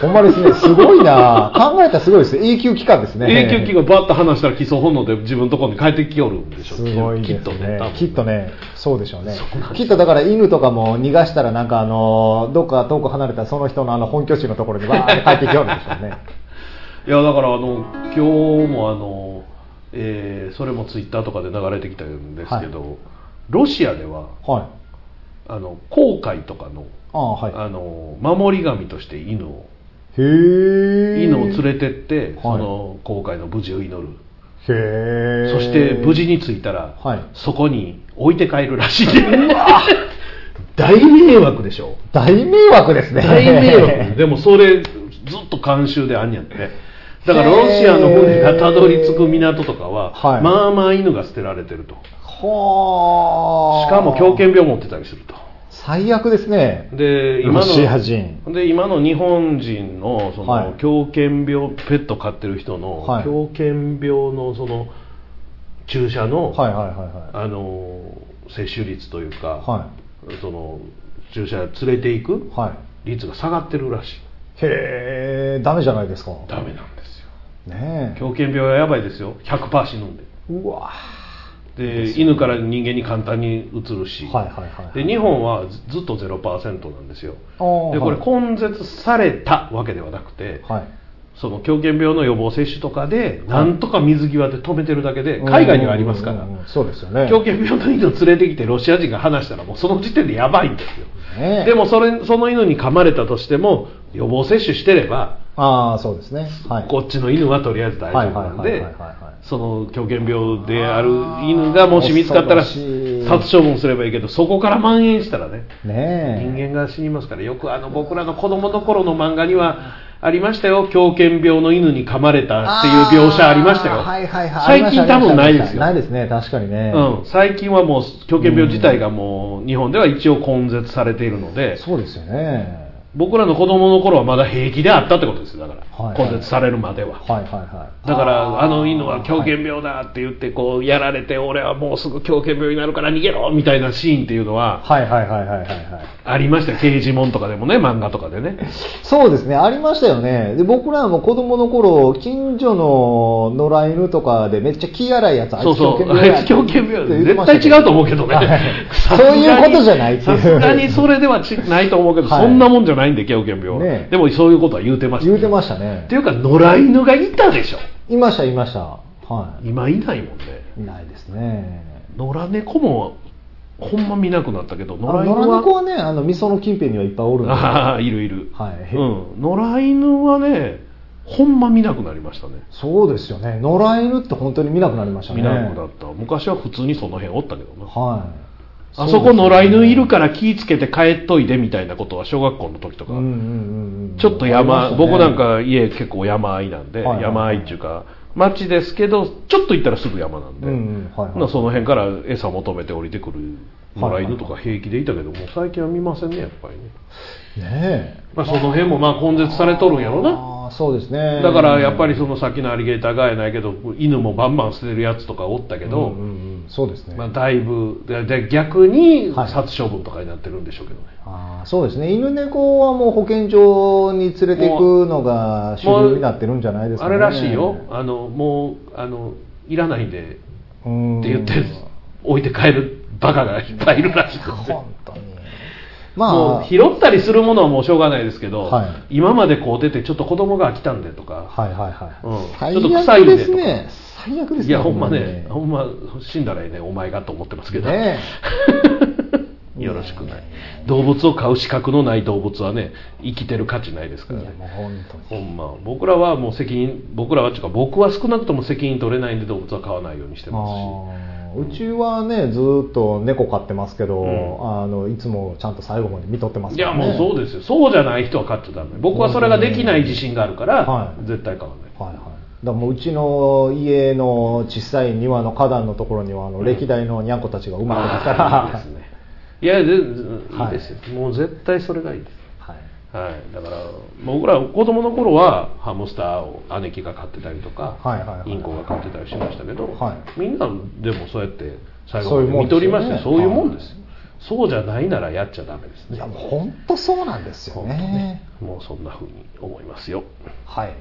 Speaker 2: ほんまですねすごいな考えたらすごいですね永久期間ですね
Speaker 1: 永久期がバッと離したら基礎本能で自分のところに帰ってきよるんでしょ
Speaker 2: すごい
Speaker 1: き
Speaker 2: で
Speaker 1: っ
Speaker 2: す
Speaker 1: と
Speaker 2: ね
Speaker 1: ね多分
Speaker 2: きっとねそうでしょうね
Speaker 1: そうなんです
Speaker 2: きっとだから犬とかも逃がしたらなんかあのどっか遠く離れたその人のあの本拠地のところにバーって帰ってきよるんでしょうね
Speaker 1: いやだからあの今日もあの、えーそれもツイッターとかで流れてきたんですけど、ロシアでは
Speaker 2: はい
Speaker 1: あの航海とかの
Speaker 2: ああはい
Speaker 1: あの守り神として犬を
Speaker 2: へえ
Speaker 1: 犬を連れてって、
Speaker 2: はい
Speaker 1: その航海の無事を祈る、
Speaker 2: へえ
Speaker 1: そして無事に着いたら、
Speaker 2: はい
Speaker 1: そこに置いて帰るらしい 大迷惑でしょ
Speaker 2: 大迷惑ですね。
Speaker 1: 大迷惑でもそれずっと監修であんやってだからロシアの船がたどり着く港とかは、
Speaker 2: はい
Speaker 1: まあまあ犬が捨てられてるとし
Speaker 2: はあ。
Speaker 1: かも狂犬病持ってたりすると
Speaker 2: 最悪ですね。
Speaker 1: で今
Speaker 2: ロシア
Speaker 1: の
Speaker 2: 人。
Speaker 1: で今の日本人のその、
Speaker 2: はい
Speaker 1: 狂犬病ペット飼ってる人の、
Speaker 2: はい
Speaker 1: 狂犬病のその注射の、
Speaker 2: はいはいはいは
Speaker 1: あの接種率というか、
Speaker 2: い。は
Speaker 1: その注射連れていく
Speaker 2: い。はい。
Speaker 1: 率が下がってるらしい
Speaker 2: へえ、ダメじゃないですか。
Speaker 1: ダメなんですよ
Speaker 2: ねえ。
Speaker 1: 狂犬病はやばいですよ100%死ぬんで
Speaker 2: うわ
Speaker 1: で犬から人間に簡単にうつるし、
Speaker 2: はいはいはいはい
Speaker 1: で日本はずずっと0%なんですよ
Speaker 2: あー
Speaker 1: でこれ
Speaker 2: はい
Speaker 1: 根絶されたわけではなくて、
Speaker 2: はい。
Speaker 1: その狂犬病の予防接種とかで、なんとか水際で止めてるだけで
Speaker 2: うん
Speaker 1: 海外にはありますか
Speaker 2: う
Speaker 1: ら
Speaker 2: んうんうんそうですよね。
Speaker 1: 狂犬病の犬を連れてきてロシア人が話したらもうその時点でやばいんですよ
Speaker 2: ねえ
Speaker 1: でもそれその犬に噛まれたとしても予防接種してれば、
Speaker 2: ああ、そうですね。はい。
Speaker 1: こっちの犬はとりあえず大丈夫なん
Speaker 2: はいは
Speaker 1: で
Speaker 2: いはいはいはいはい
Speaker 1: その狂犬病である犬がもし見つかったら
Speaker 2: 恐ろしい
Speaker 1: 殺処分すればいいけどそこから蔓延したらね人
Speaker 2: ねえ。
Speaker 1: 間が死にますからよくあの僕らの子供の頃の漫画にはありましたよ狂犬病の犬に噛まれたっていう描写ありましたよ、
Speaker 2: あーはいはいはい。
Speaker 1: 最近多分ないですよ
Speaker 2: ないですね、確かにね。
Speaker 1: うん、最近はもう狂犬病自体がもう日本では一応根絶されているので
Speaker 2: そうですよね。
Speaker 1: 僕らの子供の頃はまだ平気であったってことですよだから、
Speaker 2: はいはい
Speaker 1: 根絶されるまでは
Speaker 2: はいはいはい。
Speaker 1: だからあの犬は狂
Speaker 2: はい
Speaker 1: 犬病だって言ってこうやられて俺はもうすぐ狂犬病になるから逃げろみたいなシーンっていうのは
Speaker 2: はいはいはいはいはいはい。
Speaker 1: ありましたよ刑事もんとかでもね漫画とかでね
Speaker 2: そうですね、ありましたよね。で、僕らも子供の頃、近所の野良犬とかでめっちゃ気荒いやつ、
Speaker 1: そうそう
Speaker 2: あ
Speaker 1: あ
Speaker 2: い
Speaker 1: いつ
Speaker 2: つ狂
Speaker 1: 狂犬
Speaker 2: 犬病や
Speaker 1: 病
Speaker 2: って言ってま
Speaker 1: 絶対
Speaker 2: したけど
Speaker 1: 違うと思うけど
Speaker 2: はい
Speaker 1: ね
Speaker 2: そういうことじゃないっていう
Speaker 1: さすがにそれではち ないと思うけど、
Speaker 2: はい
Speaker 1: そんなもんじゃないんで狂犬病は、
Speaker 2: ねえ
Speaker 1: でもそういうことは言うてました
Speaker 2: 言うてま
Speaker 1: し
Speaker 2: したね
Speaker 1: って。いうか野良犬がいたでしょ
Speaker 2: いました、いました。は
Speaker 1: 今いないもんね
Speaker 2: い。いないですね。
Speaker 1: 野良猫もほんま見なくなったけど
Speaker 2: あの
Speaker 1: 野
Speaker 2: 野良
Speaker 1: 良
Speaker 2: 猫
Speaker 1: 犬
Speaker 2: はね、あの、味噌の近辺にはいっぱいおるんで。は
Speaker 1: はいるいる、
Speaker 2: い。
Speaker 1: うん、野良犬はねほんま見なくなりましたね
Speaker 2: そうですよね。野良犬って本当に見なくなりましたね。
Speaker 1: 見なくなった昔は普通にその辺おったけどな
Speaker 2: はい。
Speaker 1: あそこ野良犬いる
Speaker 2: か
Speaker 1: から気ぃつけて帰っといてみたいなことは小学校の時とか、
Speaker 2: うんうんうんうん。
Speaker 1: ちょっと
Speaker 2: あ
Speaker 1: 山、
Speaker 2: りましたね
Speaker 1: 僕なん。か家結構山あいなんで、
Speaker 2: はいはいはい
Speaker 1: 山あいっていうか町ですけどちょっと行ったらすぐ山なんで、
Speaker 2: うんうん、はい、はい。
Speaker 1: まあその辺から餌求めて降りてくる野良犬とか平気でいたけども最近は見ませんねやっぱりね、
Speaker 2: ねえ。
Speaker 1: まあ、その辺もまあ根絶されとるんやろな
Speaker 2: ああ、そうですね。
Speaker 1: だからやっぱりその先のアリゲーターがやないけど犬もバンバン捨てるやつとかおったけ
Speaker 2: うん、
Speaker 1: ど、
Speaker 2: うんうん、そうですね。
Speaker 1: まあ、だいぶでで逆に
Speaker 2: はい
Speaker 1: 殺処分とかになってるんでしょうけどね、
Speaker 2: あーそうですね犬猫はもう保健所に連れていくのが主流になってるんじゃないですか、
Speaker 1: あ
Speaker 2: ね、
Speaker 1: れらしいよあのもうあのいらないんでって
Speaker 2: うん
Speaker 1: 言って置いて帰るバカがいっぱいいるらし いですよ
Speaker 2: 本当 に
Speaker 1: も
Speaker 2: ま
Speaker 1: う
Speaker 2: あ
Speaker 1: 拾ったりするものはもうしょうがないですけど、
Speaker 2: は
Speaker 1: 今までこう出てちょっと子供が飽きたんでとか、
Speaker 2: はいはいはい、
Speaker 1: うん
Speaker 2: 最
Speaker 1: ちょっと臭い
Speaker 2: 悪
Speaker 1: ね
Speaker 2: ですね最悪ですね
Speaker 1: いやほんまねほ
Speaker 2: ほ
Speaker 1: んま死んだらいいねお前がと思ってますけど、
Speaker 2: ね
Speaker 1: よろしくない動物を飼う資格のない動物はね生きてる価値ないですか
Speaker 2: い
Speaker 1: ら
Speaker 2: や
Speaker 1: ね
Speaker 2: もう本当に
Speaker 1: ほんま僕らはもう責任僕らはっていうか僕は少なくとも責任取れないんで動物は飼わないようにしてますし
Speaker 2: あーうちはねずーっと猫飼ってますけど、
Speaker 1: うん
Speaker 2: あのいつもちゃんと最後まで見とってます
Speaker 1: い
Speaker 2: か
Speaker 1: や
Speaker 2: ら、ね、
Speaker 1: もうそうですよそうじゃない人は飼っちゃダメ僕はそれができない自信があるから、
Speaker 2: はい
Speaker 1: 絶対飼わない
Speaker 2: はいはい、だからもううちの家の小さい庭の花壇のところにはあの歴代のにゃんこたちがうまくいた
Speaker 1: いい
Speaker 2: ら
Speaker 1: です、ねいやで
Speaker 2: はい
Speaker 1: いいですよ、もう絶対それがいいです
Speaker 2: はい
Speaker 1: はい、だから僕ら子供の頃はハムスターを姉貴が飼ってたりとか、
Speaker 2: はいはいはい
Speaker 1: インコが飼ってたりしましたけど、
Speaker 2: はい
Speaker 1: みんなでもそうやって最
Speaker 2: そ
Speaker 1: 後
Speaker 2: ういう
Speaker 1: まで
Speaker 2: もん
Speaker 1: 見とりましたよ
Speaker 2: ですよ
Speaker 1: そ
Speaker 2: ね
Speaker 1: ういうもんですよ、そうじゃないならやっちゃダメですね
Speaker 2: いやもう本当そうなんですよね
Speaker 1: もうそんな風に思いますよ
Speaker 2: はい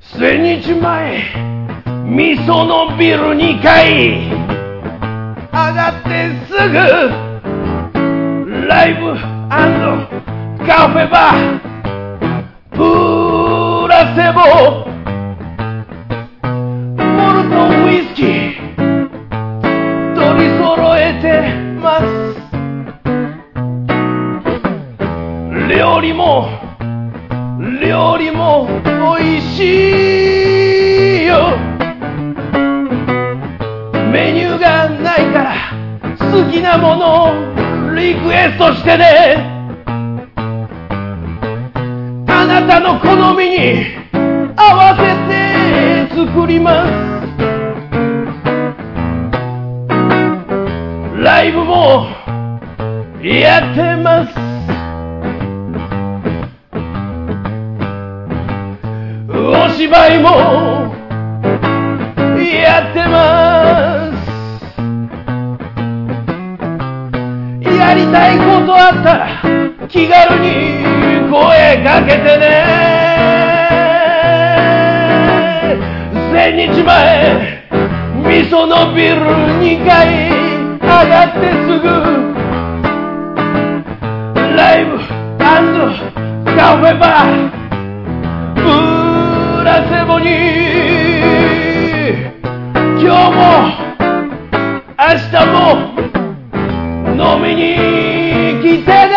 Speaker 1: 千日前味噌のビル2階上がってすぐライブカフェバープラセボモルトウイスキー取り揃えてます料理も料理も美味しいよメニューがないから好きなものをリクエストしてねあなたの好みに合わせて作りますライブもやってますお芝居もやってますやりたいことあったら気軽に声かけてね千日前味噌のビル2階上がってすぐライブカフェバーブラセボに今日も明日も飲みに来てね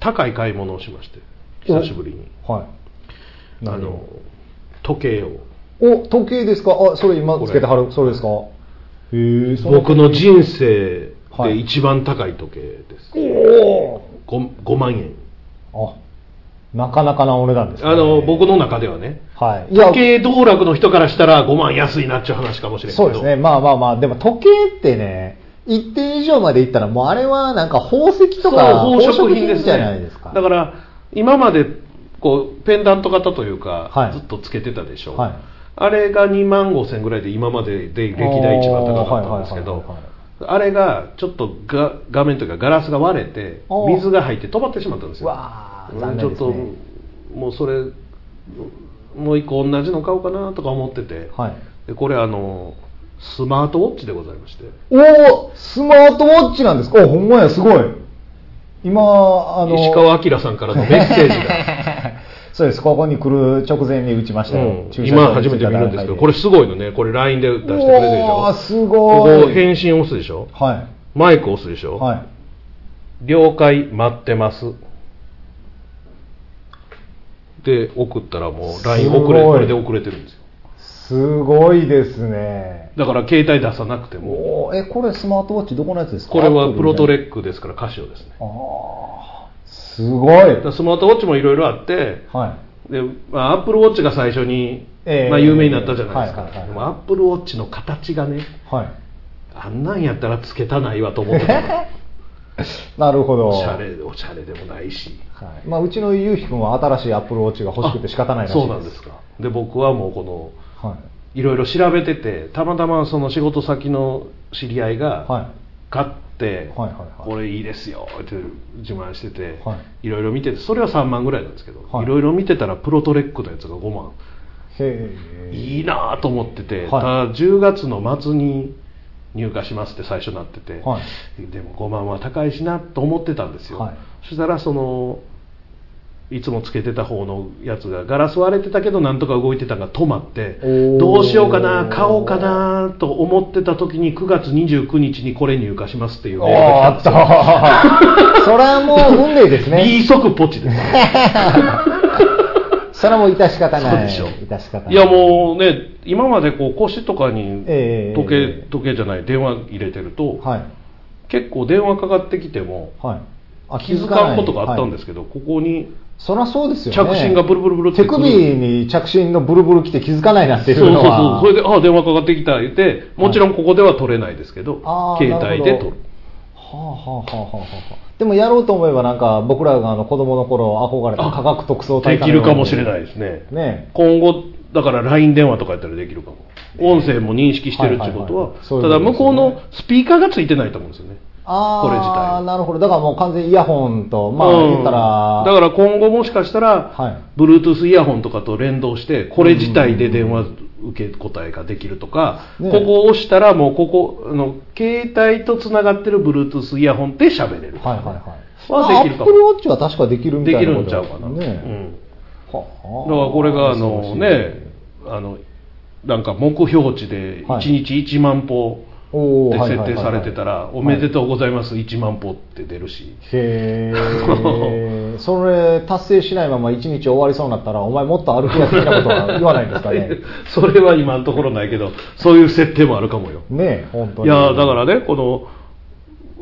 Speaker 1: 高い買い物をしまして久しぶりに
Speaker 2: はい
Speaker 1: あの時計を
Speaker 2: お時計ですかあそれ今つけてはる
Speaker 1: これ
Speaker 2: それですかへえその
Speaker 1: 僕の人生
Speaker 2: は
Speaker 1: で
Speaker 2: い
Speaker 1: 一番高い時計です、ご 5, 万円
Speaker 2: あなかなかなお値段ですね、
Speaker 1: あの僕の中ではね
Speaker 2: はいいや
Speaker 1: 時計道楽の人からしたら5万安いなっちゅう話かもしれんけど
Speaker 2: そうですねまあまあまあでも時計ってね一定以上までいったらもうあれはなんか宝石とか
Speaker 1: そう宝飾品ですね
Speaker 2: じゃないですか
Speaker 1: だから今までこうペンダント型というか、
Speaker 2: はい
Speaker 1: ずっとつけてたでしょう、
Speaker 2: はい
Speaker 1: あれが2万5千ぐらいで今までで歴代一番高かったんですけ
Speaker 2: あーはいはいはい
Speaker 1: ど
Speaker 2: はい
Speaker 1: あれがちょっとが画面というかガラスが割れて
Speaker 2: あー
Speaker 1: 水が入って止まってしまったんですよ
Speaker 2: わー
Speaker 1: うん
Speaker 2: 残念です
Speaker 1: ち
Speaker 2: ね
Speaker 1: ょっともうそれもう一個同じの買おうかなとか思ってて、
Speaker 2: はい
Speaker 1: でこれあのスマートウォッチでございまして
Speaker 2: おおスマートウォッチなんですかおほんまやすごい今あの
Speaker 1: 石川明さんからのメッセージが、
Speaker 2: そうですここに来る直前に打ちましたよ、
Speaker 1: うん今初めて見るんですけどこれすごいのねこれ LINE で出してくれるでし
Speaker 2: おー
Speaker 1: ょ
Speaker 2: すごい
Speaker 1: ここ返信押すでしょ
Speaker 2: は
Speaker 1: マイク押すでし
Speaker 2: い
Speaker 1: ょ、
Speaker 2: はい
Speaker 1: 了解待ってますで送ったらもう LINE
Speaker 2: すごい
Speaker 1: 送れこれで送れてるんですよ
Speaker 2: すごいですね
Speaker 1: だから携帯出さなくても
Speaker 2: おーえこれスマートウォッチどこのやつですか
Speaker 1: これはプロトレ
Speaker 2: ッ
Speaker 1: ックですからカシオですね
Speaker 2: すごい
Speaker 1: だからスマートウォッチもいろいろあって
Speaker 2: はい
Speaker 1: で、まあ、アップルウォッチが最初に、
Speaker 2: ええ
Speaker 1: まあ、有名になったじゃないですか、
Speaker 2: はいはいはい
Speaker 1: でもアップルウォッチの形がね
Speaker 2: はい
Speaker 1: あんなんやったらつけたないわと思ってた の
Speaker 2: なるほど
Speaker 1: おしゃれおしゃれでもないし
Speaker 2: はいまあ、うちのゆうひくんは新しいアップルウォッチが欲しくて仕方ないらしい
Speaker 1: そうなんですかで僕はもうこの
Speaker 2: はい
Speaker 1: ろいろ調べててたまたまその仕事先の知り合い
Speaker 2: い、は
Speaker 1: が
Speaker 2: い
Speaker 1: 買って、
Speaker 2: はいはいはい
Speaker 1: これいいですよって自慢してて、、
Speaker 2: はい
Speaker 1: ろいろ見ててそれは3万ぐらいなんですけど、
Speaker 2: はい
Speaker 1: いろいろ見てたらプロトレックのやつが5万
Speaker 2: へえ
Speaker 1: いいなぁと思ってて、
Speaker 2: はい
Speaker 1: ただ10月の末に入荷しますって最初なってて、
Speaker 2: はい
Speaker 1: でも5万は高いしなと思ってたんですよ、
Speaker 2: はい
Speaker 1: そしたらそのいつもつけてた方のやつがガラス割れてたけどなんとか動いてたのが止まって
Speaker 2: おー
Speaker 1: どうしようかな買おうかなと思ってた時に9月29日にこれ入荷しますっていうメールが来たんで
Speaker 2: ったそれはもう運命ですす
Speaker 1: よ
Speaker 2: ね
Speaker 1: いい即ポチ です
Speaker 2: それはもう致し方ない
Speaker 1: そうでしょ
Speaker 2: 致し方ない
Speaker 1: いやもうね今までこう腰とかに
Speaker 2: ええ
Speaker 1: 時計、時計じゃない電話入れてると、
Speaker 2: はい
Speaker 1: 結構電話かかってきても
Speaker 2: はいあ、
Speaker 1: 気づかんことがあったんですすけど、ここに
Speaker 2: はいそりゃそうですよね
Speaker 1: 着信がブルブルブルって
Speaker 2: 手首に着信のブルブル来て気づかないなって
Speaker 1: そう
Speaker 2: い
Speaker 1: そうう
Speaker 2: の
Speaker 1: そ
Speaker 2: は
Speaker 1: うそれであ電話かかってきた言ってもちろんここでは取れないですけど、
Speaker 2: あー
Speaker 1: 携帯で取る
Speaker 2: はあはあはあはあはあでもやろうと思えばなんか僕らがあの子供の頃憧れた科学特捜隊
Speaker 1: できるかもしれないいですね
Speaker 2: ね
Speaker 1: 今後だから LINE 電話とかやったらできるかも音声も認識してるっていうことは,、
Speaker 2: はいはいはいそういうこ
Speaker 1: ただ
Speaker 2: とですね
Speaker 1: 向こうのスピーカーがついてないと思うんですよね
Speaker 2: あ
Speaker 1: これ自
Speaker 2: あ
Speaker 1: 体
Speaker 2: なるほどだからもう完全にイヤホンとまあ
Speaker 1: うん
Speaker 2: 言ったら、
Speaker 1: だから今後もしかしたら、
Speaker 2: はい
Speaker 1: Bluetooth イヤホンとかと連動してこれ自体で電話受け答えができるとか、
Speaker 2: ね
Speaker 1: ここを押したらもうここあの携帯とつながってる Bluetooth イヤホンで喋れるとか
Speaker 2: はい
Speaker 1: ね、
Speaker 2: はいはい。
Speaker 1: はできるか
Speaker 2: アッ
Speaker 1: も
Speaker 2: プルウォッチは確かできるみた
Speaker 1: でき
Speaker 2: いな
Speaker 1: る
Speaker 2: こ
Speaker 1: ん
Speaker 2: と
Speaker 1: ちゃうかな、
Speaker 2: ね
Speaker 1: う
Speaker 2: え
Speaker 1: ん、
Speaker 2: は
Speaker 1: だ
Speaker 2: あ
Speaker 1: からこれがあのね
Speaker 2: 恐ろしい
Speaker 1: あのなんか目標値で
Speaker 2: は
Speaker 1: 1
Speaker 2: い
Speaker 1: 日1万歩
Speaker 2: お
Speaker 1: で
Speaker 2: ーはい
Speaker 1: 設定されてたら「おめでとうございます1万歩」って出るし。
Speaker 2: う。へえ。 それ達成しないまま一日終わりそうになったら、お前もっと歩くやつ的なことは言わないんですかね。
Speaker 1: それは今のところないけどそういう設定もあるかもよ
Speaker 2: ねえ、本当
Speaker 1: い
Speaker 2: に。
Speaker 1: やだからねこの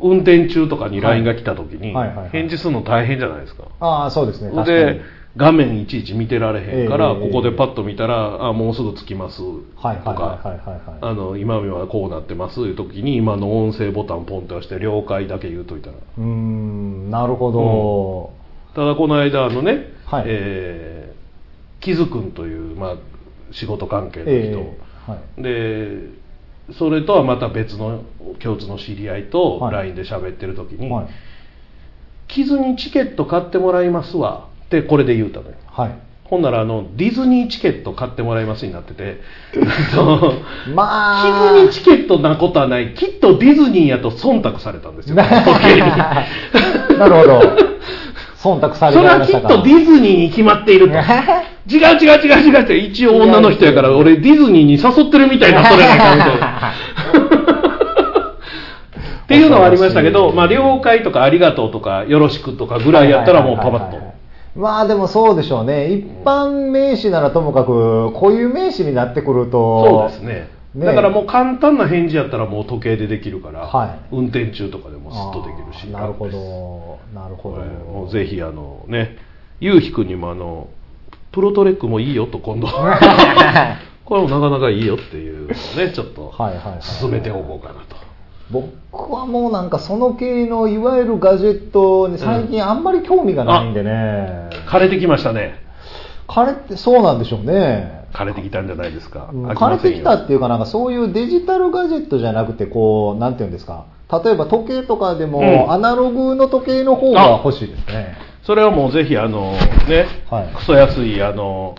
Speaker 1: 運転中とかに LINE が来た時に
Speaker 2: はいはいはいはい
Speaker 1: 返事するの大変じゃないですか
Speaker 2: ああ、そうですね。確かに。
Speaker 1: で画面いちいち見てられへんから、
Speaker 2: ええええ
Speaker 1: ここでパッと見たら「あもうすぐ着きます」と
Speaker 2: はいはいはい
Speaker 1: か
Speaker 2: はい
Speaker 1: 「
Speaker 2: はい。
Speaker 1: あの今はこうなってます」いう時に今の音声ボタンポンって押して「了解」だけ言うといたら
Speaker 2: うーん、なるほど。
Speaker 1: ただこの間あのね、
Speaker 2: はい
Speaker 1: えーキズ君という、まあ、仕事関係の人、
Speaker 2: ええはい。
Speaker 1: でそれとはまた別の共通の知り合いと
Speaker 2: はい
Speaker 1: LINE で喋ってる時に「
Speaker 2: はい。
Speaker 1: 傷にチケット買ってもらいますわ」ってこれで言うたのよ
Speaker 2: はい。
Speaker 1: ほんならあのディズニーチケット買ってもらいますになって てそう
Speaker 2: まあ。
Speaker 1: 傷にチケットなことはないきっとディズニーやと忖度されたん ですよ
Speaker 2: なるほど。 忖度され
Speaker 1: そ
Speaker 2: て
Speaker 1: れ
Speaker 2: ま
Speaker 1: は
Speaker 2: まし
Speaker 1: き
Speaker 2: た
Speaker 1: っ
Speaker 2: か。
Speaker 1: とディズニーに決まってい ると違う違う違う違う違う一応女の人やから俺ディズニーに誘ってるみたいなそれなんかみたいな っていうのはありましたけど、まあ、了解とかありがとうとかよろしくとかぐらいやったらもうパパッ
Speaker 2: はいはいはいはい
Speaker 1: と。
Speaker 2: まあでもそうでしょうね。一般名詞ならともかく、こういう名詞になってくる
Speaker 1: そう
Speaker 2: と。
Speaker 1: ですね
Speaker 2: ね
Speaker 1: だからもう簡単な返事やったらもう時計でできるから、
Speaker 2: はい
Speaker 1: 運転中とかでもすっとできるし
Speaker 2: あーなるほど。なるほ
Speaker 1: こ
Speaker 2: ど。
Speaker 1: れもうぜひあのねゆうひくんにもあのプロトレックもいいよと今 度これもなかなかいいよっていうのをねちょっと
Speaker 2: はいはいはい
Speaker 1: 進めておこうかなと、
Speaker 2: 僕はもうなんかその系のいわゆるガジェットに最近あんまり興味がないんでね。
Speaker 1: 枯れてきましたね
Speaker 2: 彼ってそうなんでしょうね。
Speaker 1: 枯れてきたんじゃないですか、
Speaker 2: うん
Speaker 1: 飽
Speaker 2: 枯れ
Speaker 1: ません
Speaker 2: て
Speaker 1: よ
Speaker 2: きたっていうか、なんかそういうデジタルガジェットじゃなくて、こう、なんていうんですか、例えば時計とかでも、
Speaker 1: うん
Speaker 2: アナログの時計の方が欲しいですね。
Speaker 1: それはもうぜひあのね、
Speaker 2: はい
Speaker 1: クソ安いあの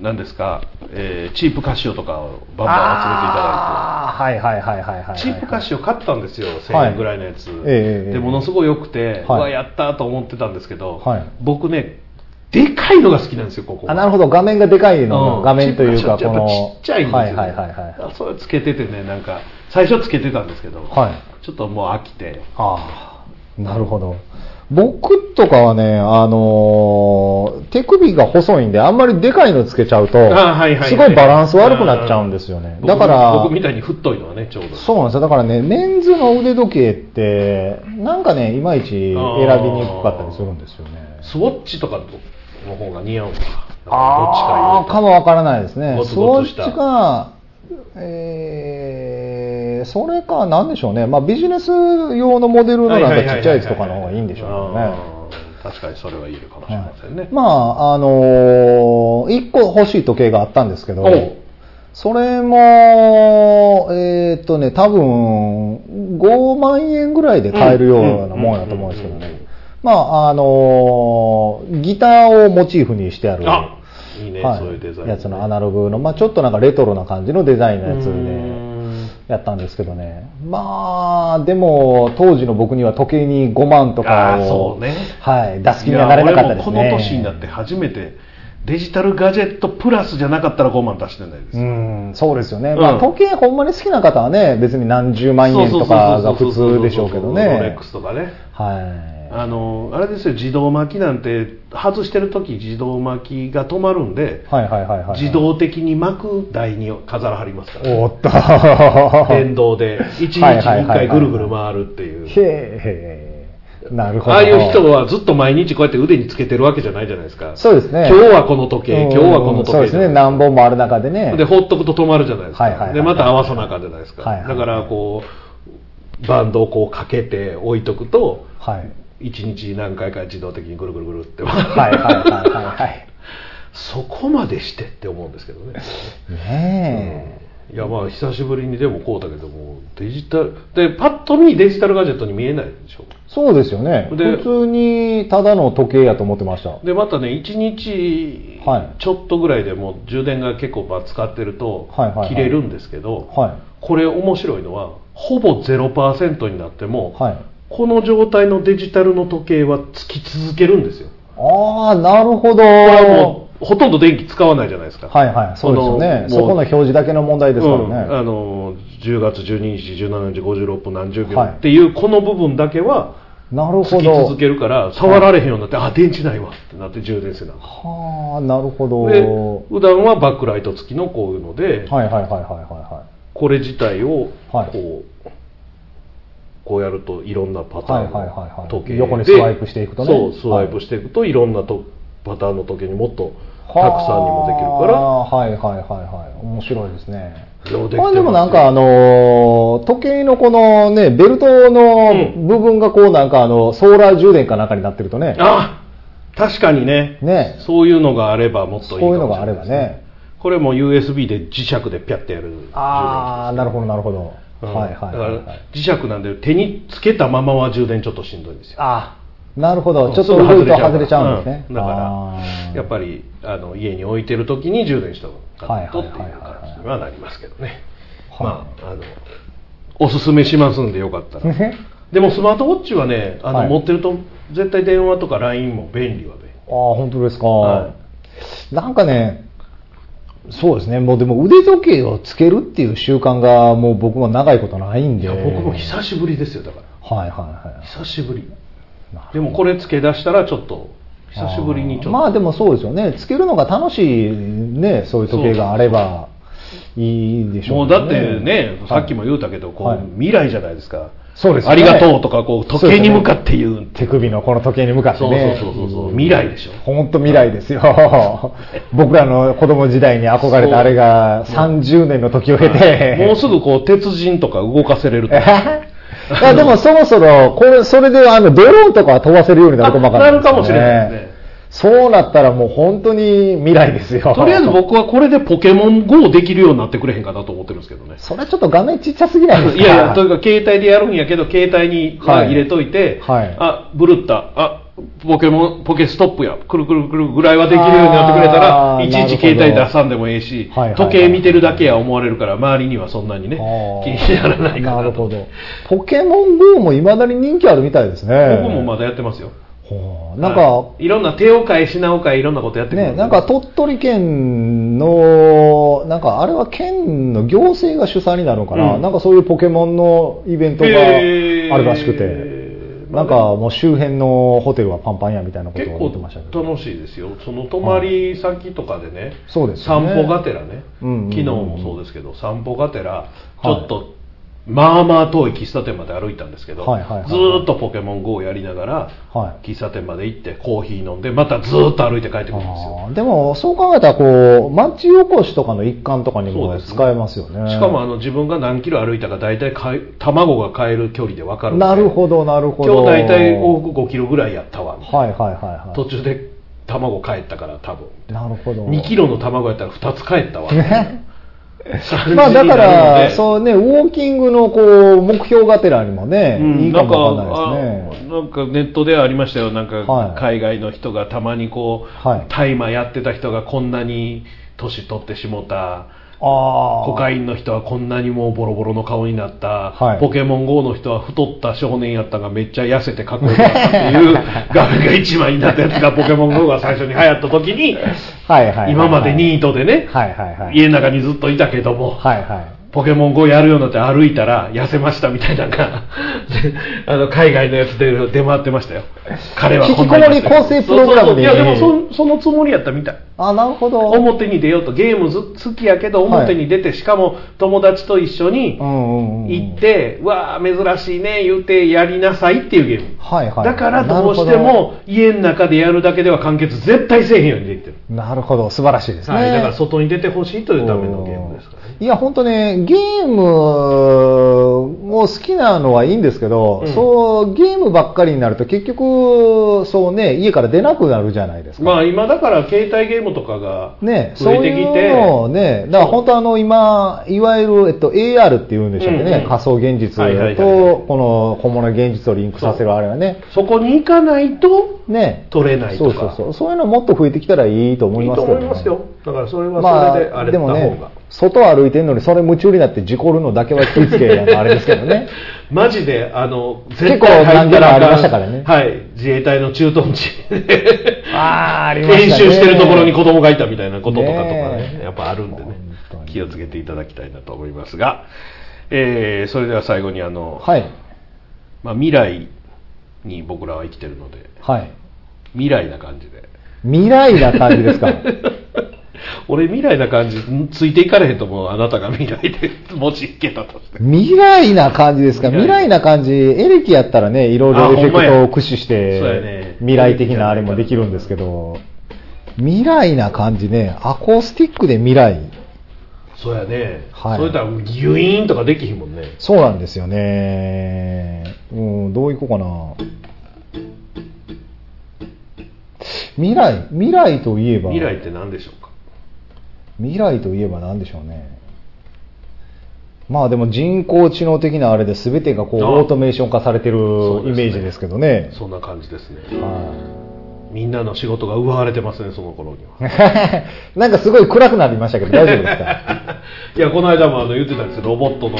Speaker 1: 何ですか、えーチープカシオとかをバンバン集めていただいて
Speaker 2: あーはいはいはいはいはいはい。
Speaker 1: チープカシオ買ったんですよ、
Speaker 2: は
Speaker 1: 1000
Speaker 2: い
Speaker 1: 円ぐらいのやつ、
Speaker 2: ええ
Speaker 1: でものすごい良くて、
Speaker 2: はいう
Speaker 1: わやったと思ってたんですけど、
Speaker 2: はい
Speaker 1: 僕ねでかいのが好きなんですよここ
Speaker 2: あなるほど、画面がでかいの、
Speaker 1: うん
Speaker 2: 画面というか、
Speaker 1: チープカ
Speaker 2: こ
Speaker 1: シオ
Speaker 2: の。
Speaker 1: ってやっぱちっちゃいんですよ、
Speaker 2: はいはいはいはい。
Speaker 1: それつけててねなんか最初つけてたんですけど、
Speaker 2: はい。
Speaker 1: ちょっともう飽きて
Speaker 2: ああ、なるほど。僕とかはね、あのー手首が細いんで、あんまりでかいのつけちゃうと、
Speaker 1: あはいはいはい
Speaker 2: すごいバランス悪くなっちゃうんですよね。
Speaker 1: 僕
Speaker 2: だから、
Speaker 1: 僕みたいに太いのはねちょうど
Speaker 2: そうなんですよ。だからね、メンズの腕時計って、なんかね、いまいち選びにくかったりするんですよね。
Speaker 1: スウォッチとかの方が似合うのかな
Speaker 2: あ
Speaker 1: どっち
Speaker 2: あ、
Speaker 1: か
Speaker 2: か
Speaker 1: いうと
Speaker 2: もわからないですね。
Speaker 1: ゴツ
Speaker 2: ス
Speaker 1: ゴ
Speaker 2: ウォ
Speaker 1: ツした
Speaker 2: ッチか、えー、それか、なんでしょうね。まあ、ビジネス用のモデルのなんかちっちゃいやつとかの方がいいんでしょうね。
Speaker 1: あー確かにそれはいいかもしれませんね、
Speaker 2: まあ、あのー、一個欲しい時計があったんですけど
Speaker 1: おう、
Speaker 2: それも、えーっとね、多分、5万円ぐらいで買えるようなもんやと思うんですけど
Speaker 1: うんうんうんうん
Speaker 2: ね。まあ、あのー、ギターをモチーフにしてある。
Speaker 1: あいいね、
Speaker 2: はい
Speaker 1: そういうデザイン
Speaker 2: やつのアナログの、まあ、ちょっとなんかレトロな感じのデザインのやつ
Speaker 1: う
Speaker 2: で
Speaker 1: ん
Speaker 2: やったんですけどねまあでも当時の僕には時計に5万とか
Speaker 1: あー
Speaker 2: を
Speaker 1: そうね
Speaker 2: はい、出す気にはなれなかったですね
Speaker 1: いや俺もこの年になって初めてデジタルガジェットプラスじゃなかったら5万出してないです、
Speaker 2: うんそうですよね、
Speaker 1: うん
Speaker 2: まあ、時計ほんまに好きな方はね別に何十万円とかが普通でしょうけど
Speaker 1: ロレッ
Speaker 2: ね
Speaker 1: クスとかね
Speaker 2: は
Speaker 1: あのあれですよ自動巻きなんて外してる時自動巻きが止まるんで
Speaker 2: い、はいはいはいはい
Speaker 1: 自動的に巻く台に飾らはりますから、
Speaker 2: お
Speaker 1: ね、
Speaker 2: っと
Speaker 1: 電動で1日に1回ぐるぐる回るっていう
Speaker 2: へえへえなるほど
Speaker 1: ああいう人はずっと毎日こうやって腕につけてるわけじゃないじゃないですか
Speaker 2: そうですね
Speaker 1: 今日はこの時計今日はこの時計
Speaker 2: そうですね何本もある中でね
Speaker 1: で放っとくと止まるじゃないですか、
Speaker 2: はいはいはい
Speaker 1: でまた合わさなあかんじゃないですか、
Speaker 2: はいはい
Speaker 1: だからこうバンドをこうかけて置いとくと
Speaker 2: はい
Speaker 1: 1日何回か自動的にぐるぐるぐるって、
Speaker 2: はいはいはいはい はい。
Speaker 1: そこまでしてって思うんですけどね
Speaker 2: ね
Speaker 1: いやまあ久しぶりにでもこうだけどもデジタルでパッと見デジタルガジェットに見えないでしょ
Speaker 2: え。そうですよね。
Speaker 1: で
Speaker 2: 普通にただの時計やと思ってました。
Speaker 1: でまたね1日
Speaker 2: はい
Speaker 1: ちょっとぐらいでもう充電が結構まあ使ってると
Speaker 2: はいはいはい
Speaker 1: 切れるんですけど、
Speaker 2: は
Speaker 1: これ面白いのはほぼ0%になって
Speaker 2: い。
Speaker 1: も、
Speaker 2: はい。
Speaker 1: この状態のデジタルの時計はつき続けるんですよ
Speaker 2: ああ、なるほど。
Speaker 1: これは
Speaker 2: は
Speaker 1: もうほとんど電気使わないじゃないですか
Speaker 2: いはい。そうですよね。
Speaker 1: こ
Speaker 2: そ
Speaker 1: の
Speaker 2: この表示だけの問題ですか
Speaker 1: うん
Speaker 2: ら
Speaker 1: あ
Speaker 2: ね。
Speaker 1: の10月12日17時56分何十秒
Speaker 2: はい
Speaker 1: っていうこの部分だけは
Speaker 2: なる
Speaker 1: つ
Speaker 2: ほ
Speaker 1: き続
Speaker 2: ど。
Speaker 1: けるから触られへんようになって、あ電池ないわってなって充電せな
Speaker 2: はあ、なるほど。は
Speaker 1: で
Speaker 2: い
Speaker 1: 普段はバックライト付きのこういうので、
Speaker 2: はいはいはいは
Speaker 1: これ自体をこう、
Speaker 2: はい
Speaker 1: こうやるといろんなパターン
Speaker 2: はいはいはいは
Speaker 1: の
Speaker 2: い
Speaker 1: 時計で
Speaker 2: 横にスワイプしていくとね
Speaker 1: そうスワイプしていくといろんなとパターンの時計にもっと
Speaker 2: い
Speaker 1: たく
Speaker 2: はい。
Speaker 1: さんにもできるから
Speaker 2: はあはいはいはいはい。面白いですね。
Speaker 1: ようきて
Speaker 2: こ
Speaker 1: ます
Speaker 2: れでもなんかあのー時計のこのね、ベルトの
Speaker 1: うん
Speaker 2: 部分がこうなんかあの、ソーラー充電かなんかになってるとね、
Speaker 1: あ確かにね
Speaker 2: ね
Speaker 1: そういうのがあればもっといいかもしれない
Speaker 2: そういうのがあればね
Speaker 1: これも USB で磁石でピャッてやる
Speaker 2: ああ、なるほど、なるほど。
Speaker 1: 充電器うん
Speaker 2: はいはいはい
Speaker 1: だから
Speaker 2: はい。
Speaker 1: 磁石なんで手につけたままは充電ちょっとしんどいんですよ
Speaker 2: ああ、なるほ
Speaker 1: う
Speaker 2: ど。
Speaker 1: ん
Speaker 2: ちょっ
Speaker 1: す
Speaker 2: と
Speaker 1: ぐ
Speaker 2: 動いて外れちゃうんですね。
Speaker 1: だ
Speaker 2: あ
Speaker 1: から
Speaker 2: ー
Speaker 1: やっぱりあの家に置いてる時に充電した
Speaker 2: はい
Speaker 1: と
Speaker 2: は
Speaker 1: っ
Speaker 2: い
Speaker 1: ていう
Speaker 2: はいはい
Speaker 1: 感じにはなりますけどね、
Speaker 2: は
Speaker 1: まああのおすすめしますんでよかったらでもスマートウォッチはねあの、
Speaker 2: はい
Speaker 1: 持ってると絶対電話とか LINE も便利は便利
Speaker 2: あー、本当ですか、
Speaker 1: は
Speaker 2: なんかね、そうですね。もうでも腕時計をつけるっていう習慣がもう僕も長いことないん
Speaker 1: い
Speaker 2: で。
Speaker 1: や僕も久しぶりですよだか
Speaker 2: はいはいはい
Speaker 1: ら。久しぶり
Speaker 2: なるほど
Speaker 1: でもこれ付け出したらちょっと久しぶりにちょっと
Speaker 2: あーまあでもそうですよねつけるのが楽しいねそういう時計があればいいでしょ
Speaker 1: も
Speaker 2: う
Speaker 1: う
Speaker 2: ね
Speaker 1: だってね、さっきも言うたけど、こ
Speaker 2: はいう
Speaker 1: 未来じゃないですか、
Speaker 2: そうですね
Speaker 1: ありがとうとか、こう時計に向かって言う
Speaker 2: 手首のこの時計に向かって
Speaker 1: そう
Speaker 2: ね
Speaker 1: そうそうそう、未来でしょ。
Speaker 2: 本当未来ですよ僕らの子供時代に憧れたあれが30年の時を経て
Speaker 1: もうすぐこう鉄人とか動かせれると
Speaker 2: いやでもそろそろこれそれであのドローンとかは飛ばせるようになるかもわかん
Speaker 1: あなるかもしれないですね
Speaker 2: そうなったらもう本当に未来ですよ。
Speaker 1: とりあえず僕はこれでポケモン GO できるようになってくれへんかなと思ってるんですけどね
Speaker 2: それちょっと画面ちっちゃすぎないですか
Speaker 1: いやいやというか携帯でやるんやけど携帯に
Speaker 2: はい
Speaker 1: 入れといて、
Speaker 2: はい
Speaker 1: あブルッタあポケモンポケストップやくるくるくるぐらいはできるようになってくれた
Speaker 2: あ
Speaker 1: ら
Speaker 2: ー
Speaker 1: いちいち携帯出さんでもええし、
Speaker 2: なるほどはいはいは
Speaker 1: 時
Speaker 2: い
Speaker 1: 計見てるだけや思われるから周りにはそんなにね
Speaker 2: あー
Speaker 1: 気にならないか
Speaker 2: な
Speaker 1: な
Speaker 2: る
Speaker 1: と
Speaker 2: ほど。ポケモン GO も未だに人気あるみたいですね。
Speaker 1: 僕もまだやってますよ
Speaker 2: ほうなん
Speaker 1: は
Speaker 2: か、
Speaker 1: い、いろんな手を変え品を変えいろんなことやってくる
Speaker 2: ね、なんか鳥取県の、なんかあれは県の行政が主催になるのかな、
Speaker 1: うん
Speaker 2: なんかそういうポケモンのイベントがあ
Speaker 1: へー
Speaker 2: るらしくて、なんかもう周辺のホテルはパンパンやみたいなこと
Speaker 1: 結
Speaker 2: を言ってましたけど、
Speaker 1: 構楽しいですよその泊まり先とかでね、
Speaker 2: そうですよ
Speaker 1: 散
Speaker 2: ね
Speaker 1: 歩がてらね、
Speaker 2: うんうんうんうん
Speaker 1: 昨日もそうですけど散歩がてらちょっと、まあまあ遠い喫茶店まで歩いたんですけど、
Speaker 2: はいはいはい
Speaker 1: ずーっとポケモン GO をやりながら、
Speaker 2: はい
Speaker 1: 喫茶店まで行ってコーヒー飲んでまたずーっと歩いて帰ってくるんですよ
Speaker 2: あーでもそう考えたらこう町おこしとかの一環とかに
Speaker 1: そう
Speaker 2: も
Speaker 1: ですね
Speaker 2: 使えますよね
Speaker 1: しかもあの自分が何キロ歩いたか大体かえ卵が買える距離で分かるんで
Speaker 2: なるほどなるほど
Speaker 1: 今日大体往復5キロぐらいやったわみたいな、
Speaker 2: はいはいはいはい
Speaker 1: 途中で卵帰ったから多分
Speaker 2: なるほど
Speaker 1: 2キロの卵やったら2つ帰ったわ、
Speaker 2: ねま
Speaker 1: ま
Speaker 2: あ
Speaker 1: あだ
Speaker 2: だ
Speaker 1: か
Speaker 2: か、
Speaker 1: らら、
Speaker 2: そ
Speaker 1: そう
Speaker 2: ね、ウォーキングのこう目標がてらにもね、
Speaker 1: う、ん、
Speaker 2: いい
Speaker 1: な
Speaker 2: か
Speaker 1: んか
Speaker 2: もわかんないです
Speaker 1: あ
Speaker 2: ね。
Speaker 1: なんかネットではありましたよ、なんか
Speaker 2: はい
Speaker 1: 海外の人がたまにこう、
Speaker 2: はい
Speaker 1: 大麻やってた人がこんなに年取ってしもた、
Speaker 2: ああ。
Speaker 1: コカインの人はこんなにもうボロボロの顔になった、
Speaker 2: はい
Speaker 1: ポケモン GO の人は太った少年やったがめっちゃ痩せてか っこよかったっていう画面が一枚になったやつがポケモン GO が最初に流行った時に、
Speaker 2: はいはいはい。
Speaker 1: 今までニートでね、
Speaker 2: はいはいはい。
Speaker 1: 家の中にずっといたけども、
Speaker 2: はいはい。
Speaker 1: ポケモン GO やるようになって歩いたら痩せましたみたいなのが であの海外のやつで出回ってましたよ彼はこんなに痩せ
Speaker 2: 引きこもり更生プログラムで
Speaker 1: そうそうそういやでもそそのつもりやったみたい
Speaker 2: あ、なるほど。
Speaker 1: 表に出ようとゲームず好きやけど表に出て、しかも友達と一緒に
Speaker 2: うんうんうん。
Speaker 1: 行って、うわあ珍しいね言うてやりなさいっていうゲーム、
Speaker 2: はいはい。
Speaker 1: だからどうしても家の中でやるだけでは完結絶対せえへんようにできてる、
Speaker 2: なるほど。なるほど、素晴らしいですね。
Speaker 1: はい、だから外に出てほしいというためのゲームですからね
Speaker 2: いや、本当ね、ゲームも好きなのはいいんですけど、
Speaker 1: うん
Speaker 2: そう、ゲームばっかりになると結局、そうね、家から出なくなるじゃないですか。
Speaker 1: まあ今だから携帯ゲームとかが
Speaker 2: ね、
Speaker 1: 増
Speaker 2: そう
Speaker 1: えてきて、
Speaker 2: いうのをね、だから本当あの今、いわゆる、えっと、AR っていうんでしたっけね、
Speaker 1: うんうん
Speaker 2: 仮想現実と、
Speaker 1: はいはいはいはい
Speaker 2: この本物の現実をリンクさせるあれはね、
Speaker 1: そこに行かないと
Speaker 2: ね、
Speaker 1: 取れない
Speaker 2: そ
Speaker 1: と
Speaker 2: うそう
Speaker 1: か
Speaker 2: そう、そういうのもっと増えてきたらいいと思い
Speaker 1: いい
Speaker 2: ま
Speaker 1: と
Speaker 2: すけど、
Speaker 1: 思
Speaker 2: ね。
Speaker 1: いますよだからそれは
Speaker 2: ま
Speaker 1: それであ
Speaker 2: あ、
Speaker 1: れ
Speaker 2: で
Speaker 1: だった方
Speaker 2: も
Speaker 1: が、
Speaker 2: ね、外歩いてんのにそれ夢中になって事故るのだけは気付けやんあれですけどね。
Speaker 1: マジであの
Speaker 2: 結構何件もありましたからね
Speaker 1: はい自衛隊の駐屯地で
Speaker 2: あーありましたね
Speaker 1: 練習してるところに子供がいたみたいなこととかとか
Speaker 2: ね
Speaker 1: ね
Speaker 2: え
Speaker 1: やっぱあるんでね
Speaker 2: 本当に
Speaker 1: 気をつけていただきたいなと思いますが、えーそれでは最後にあの、
Speaker 2: はい。
Speaker 1: まあ、未来に僕らは生きてるので
Speaker 2: はい。
Speaker 1: 未来な感じで
Speaker 2: 未来な感じですか。
Speaker 1: 俺未来な感じついていかれへんと思うあなたが未来でもし行けたとして
Speaker 2: 未来な感じですか。未
Speaker 1: 未
Speaker 2: 来
Speaker 1: 来
Speaker 2: な感じ。エレキやったらね、いろいろエフェク
Speaker 1: あほんま
Speaker 2: トを
Speaker 1: や
Speaker 2: 駆使し
Speaker 1: そうや
Speaker 2: て
Speaker 1: ね、
Speaker 2: 未来的なあれもできるんですけど、未来な感じね、アコースティックで未来。
Speaker 1: そうやね、
Speaker 2: はい
Speaker 1: そういったらギュイーンとかできひんもんね
Speaker 2: そうなんですよね。うん、どういこうかな。未来、未来といえば、
Speaker 1: 未来って何でしょうか
Speaker 2: 未来といえば何でしょうね。まあでも人工知能的なあれで全てがこう
Speaker 1: あ
Speaker 2: オートメーション化されてる
Speaker 1: そう
Speaker 2: イ
Speaker 1: ですね
Speaker 2: メージですけどね。
Speaker 1: そんな感じですね
Speaker 2: は
Speaker 1: みんなの仕事が奪われてますねその頃には
Speaker 2: い なんかすごい暗くなりましたけど大丈夫ですか
Speaker 1: いやこの間もあの言ってたんですよロボットの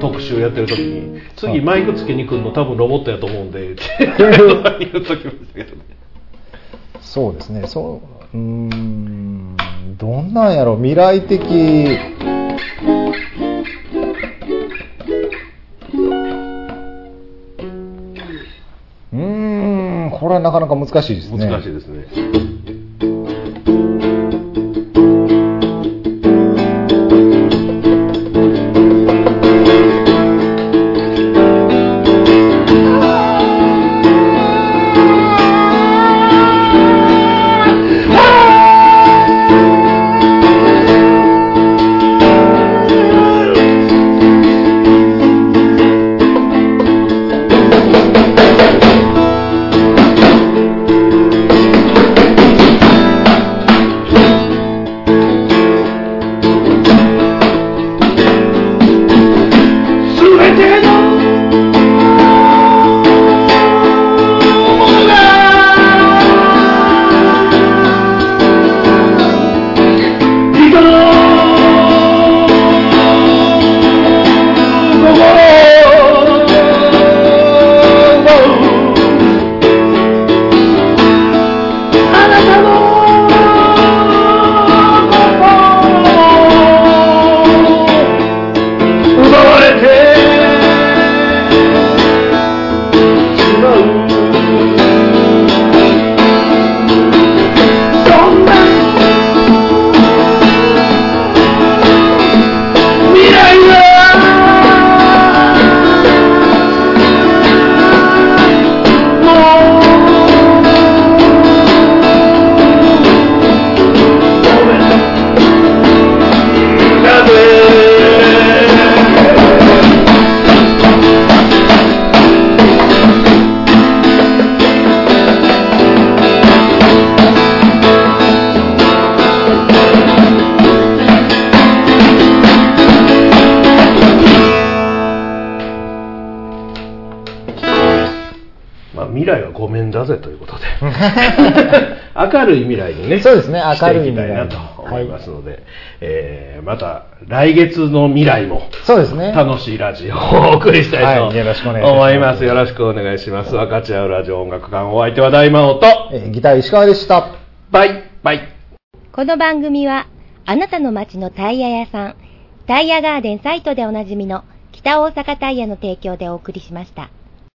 Speaker 1: 特集やってる時に次マイクつけに来るの多分ロボットやと思うんでって言っときましたけどね
Speaker 2: そうですね。そう、うーん、どんなんやろ未来的。うーん、これはなかなか難しいですね。
Speaker 1: 難しいですね
Speaker 2: 「
Speaker 1: だぜという ことで明るい未来にね
Speaker 2: そうですね明
Speaker 1: し
Speaker 2: るい
Speaker 1: ていきたいな
Speaker 2: 未来に
Speaker 1: と思いますので、えーまた来月の未来も
Speaker 2: そうですね。
Speaker 1: 楽しいラジオをお送りしたいと
Speaker 2: はいよろしくお願いいたします
Speaker 1: 思います。よろしくお願いします。分かち合うラジオ音楽館お相手は大魔王と、
Speaker 2: えーギター石川でした。
Speaker 1: バイバイ。
Speaker 7: この番組は、あなたの街のタイヤ屋さん、タイヤガーデンサイトでおなじみの北大阪タイヤの提供でお送りしました。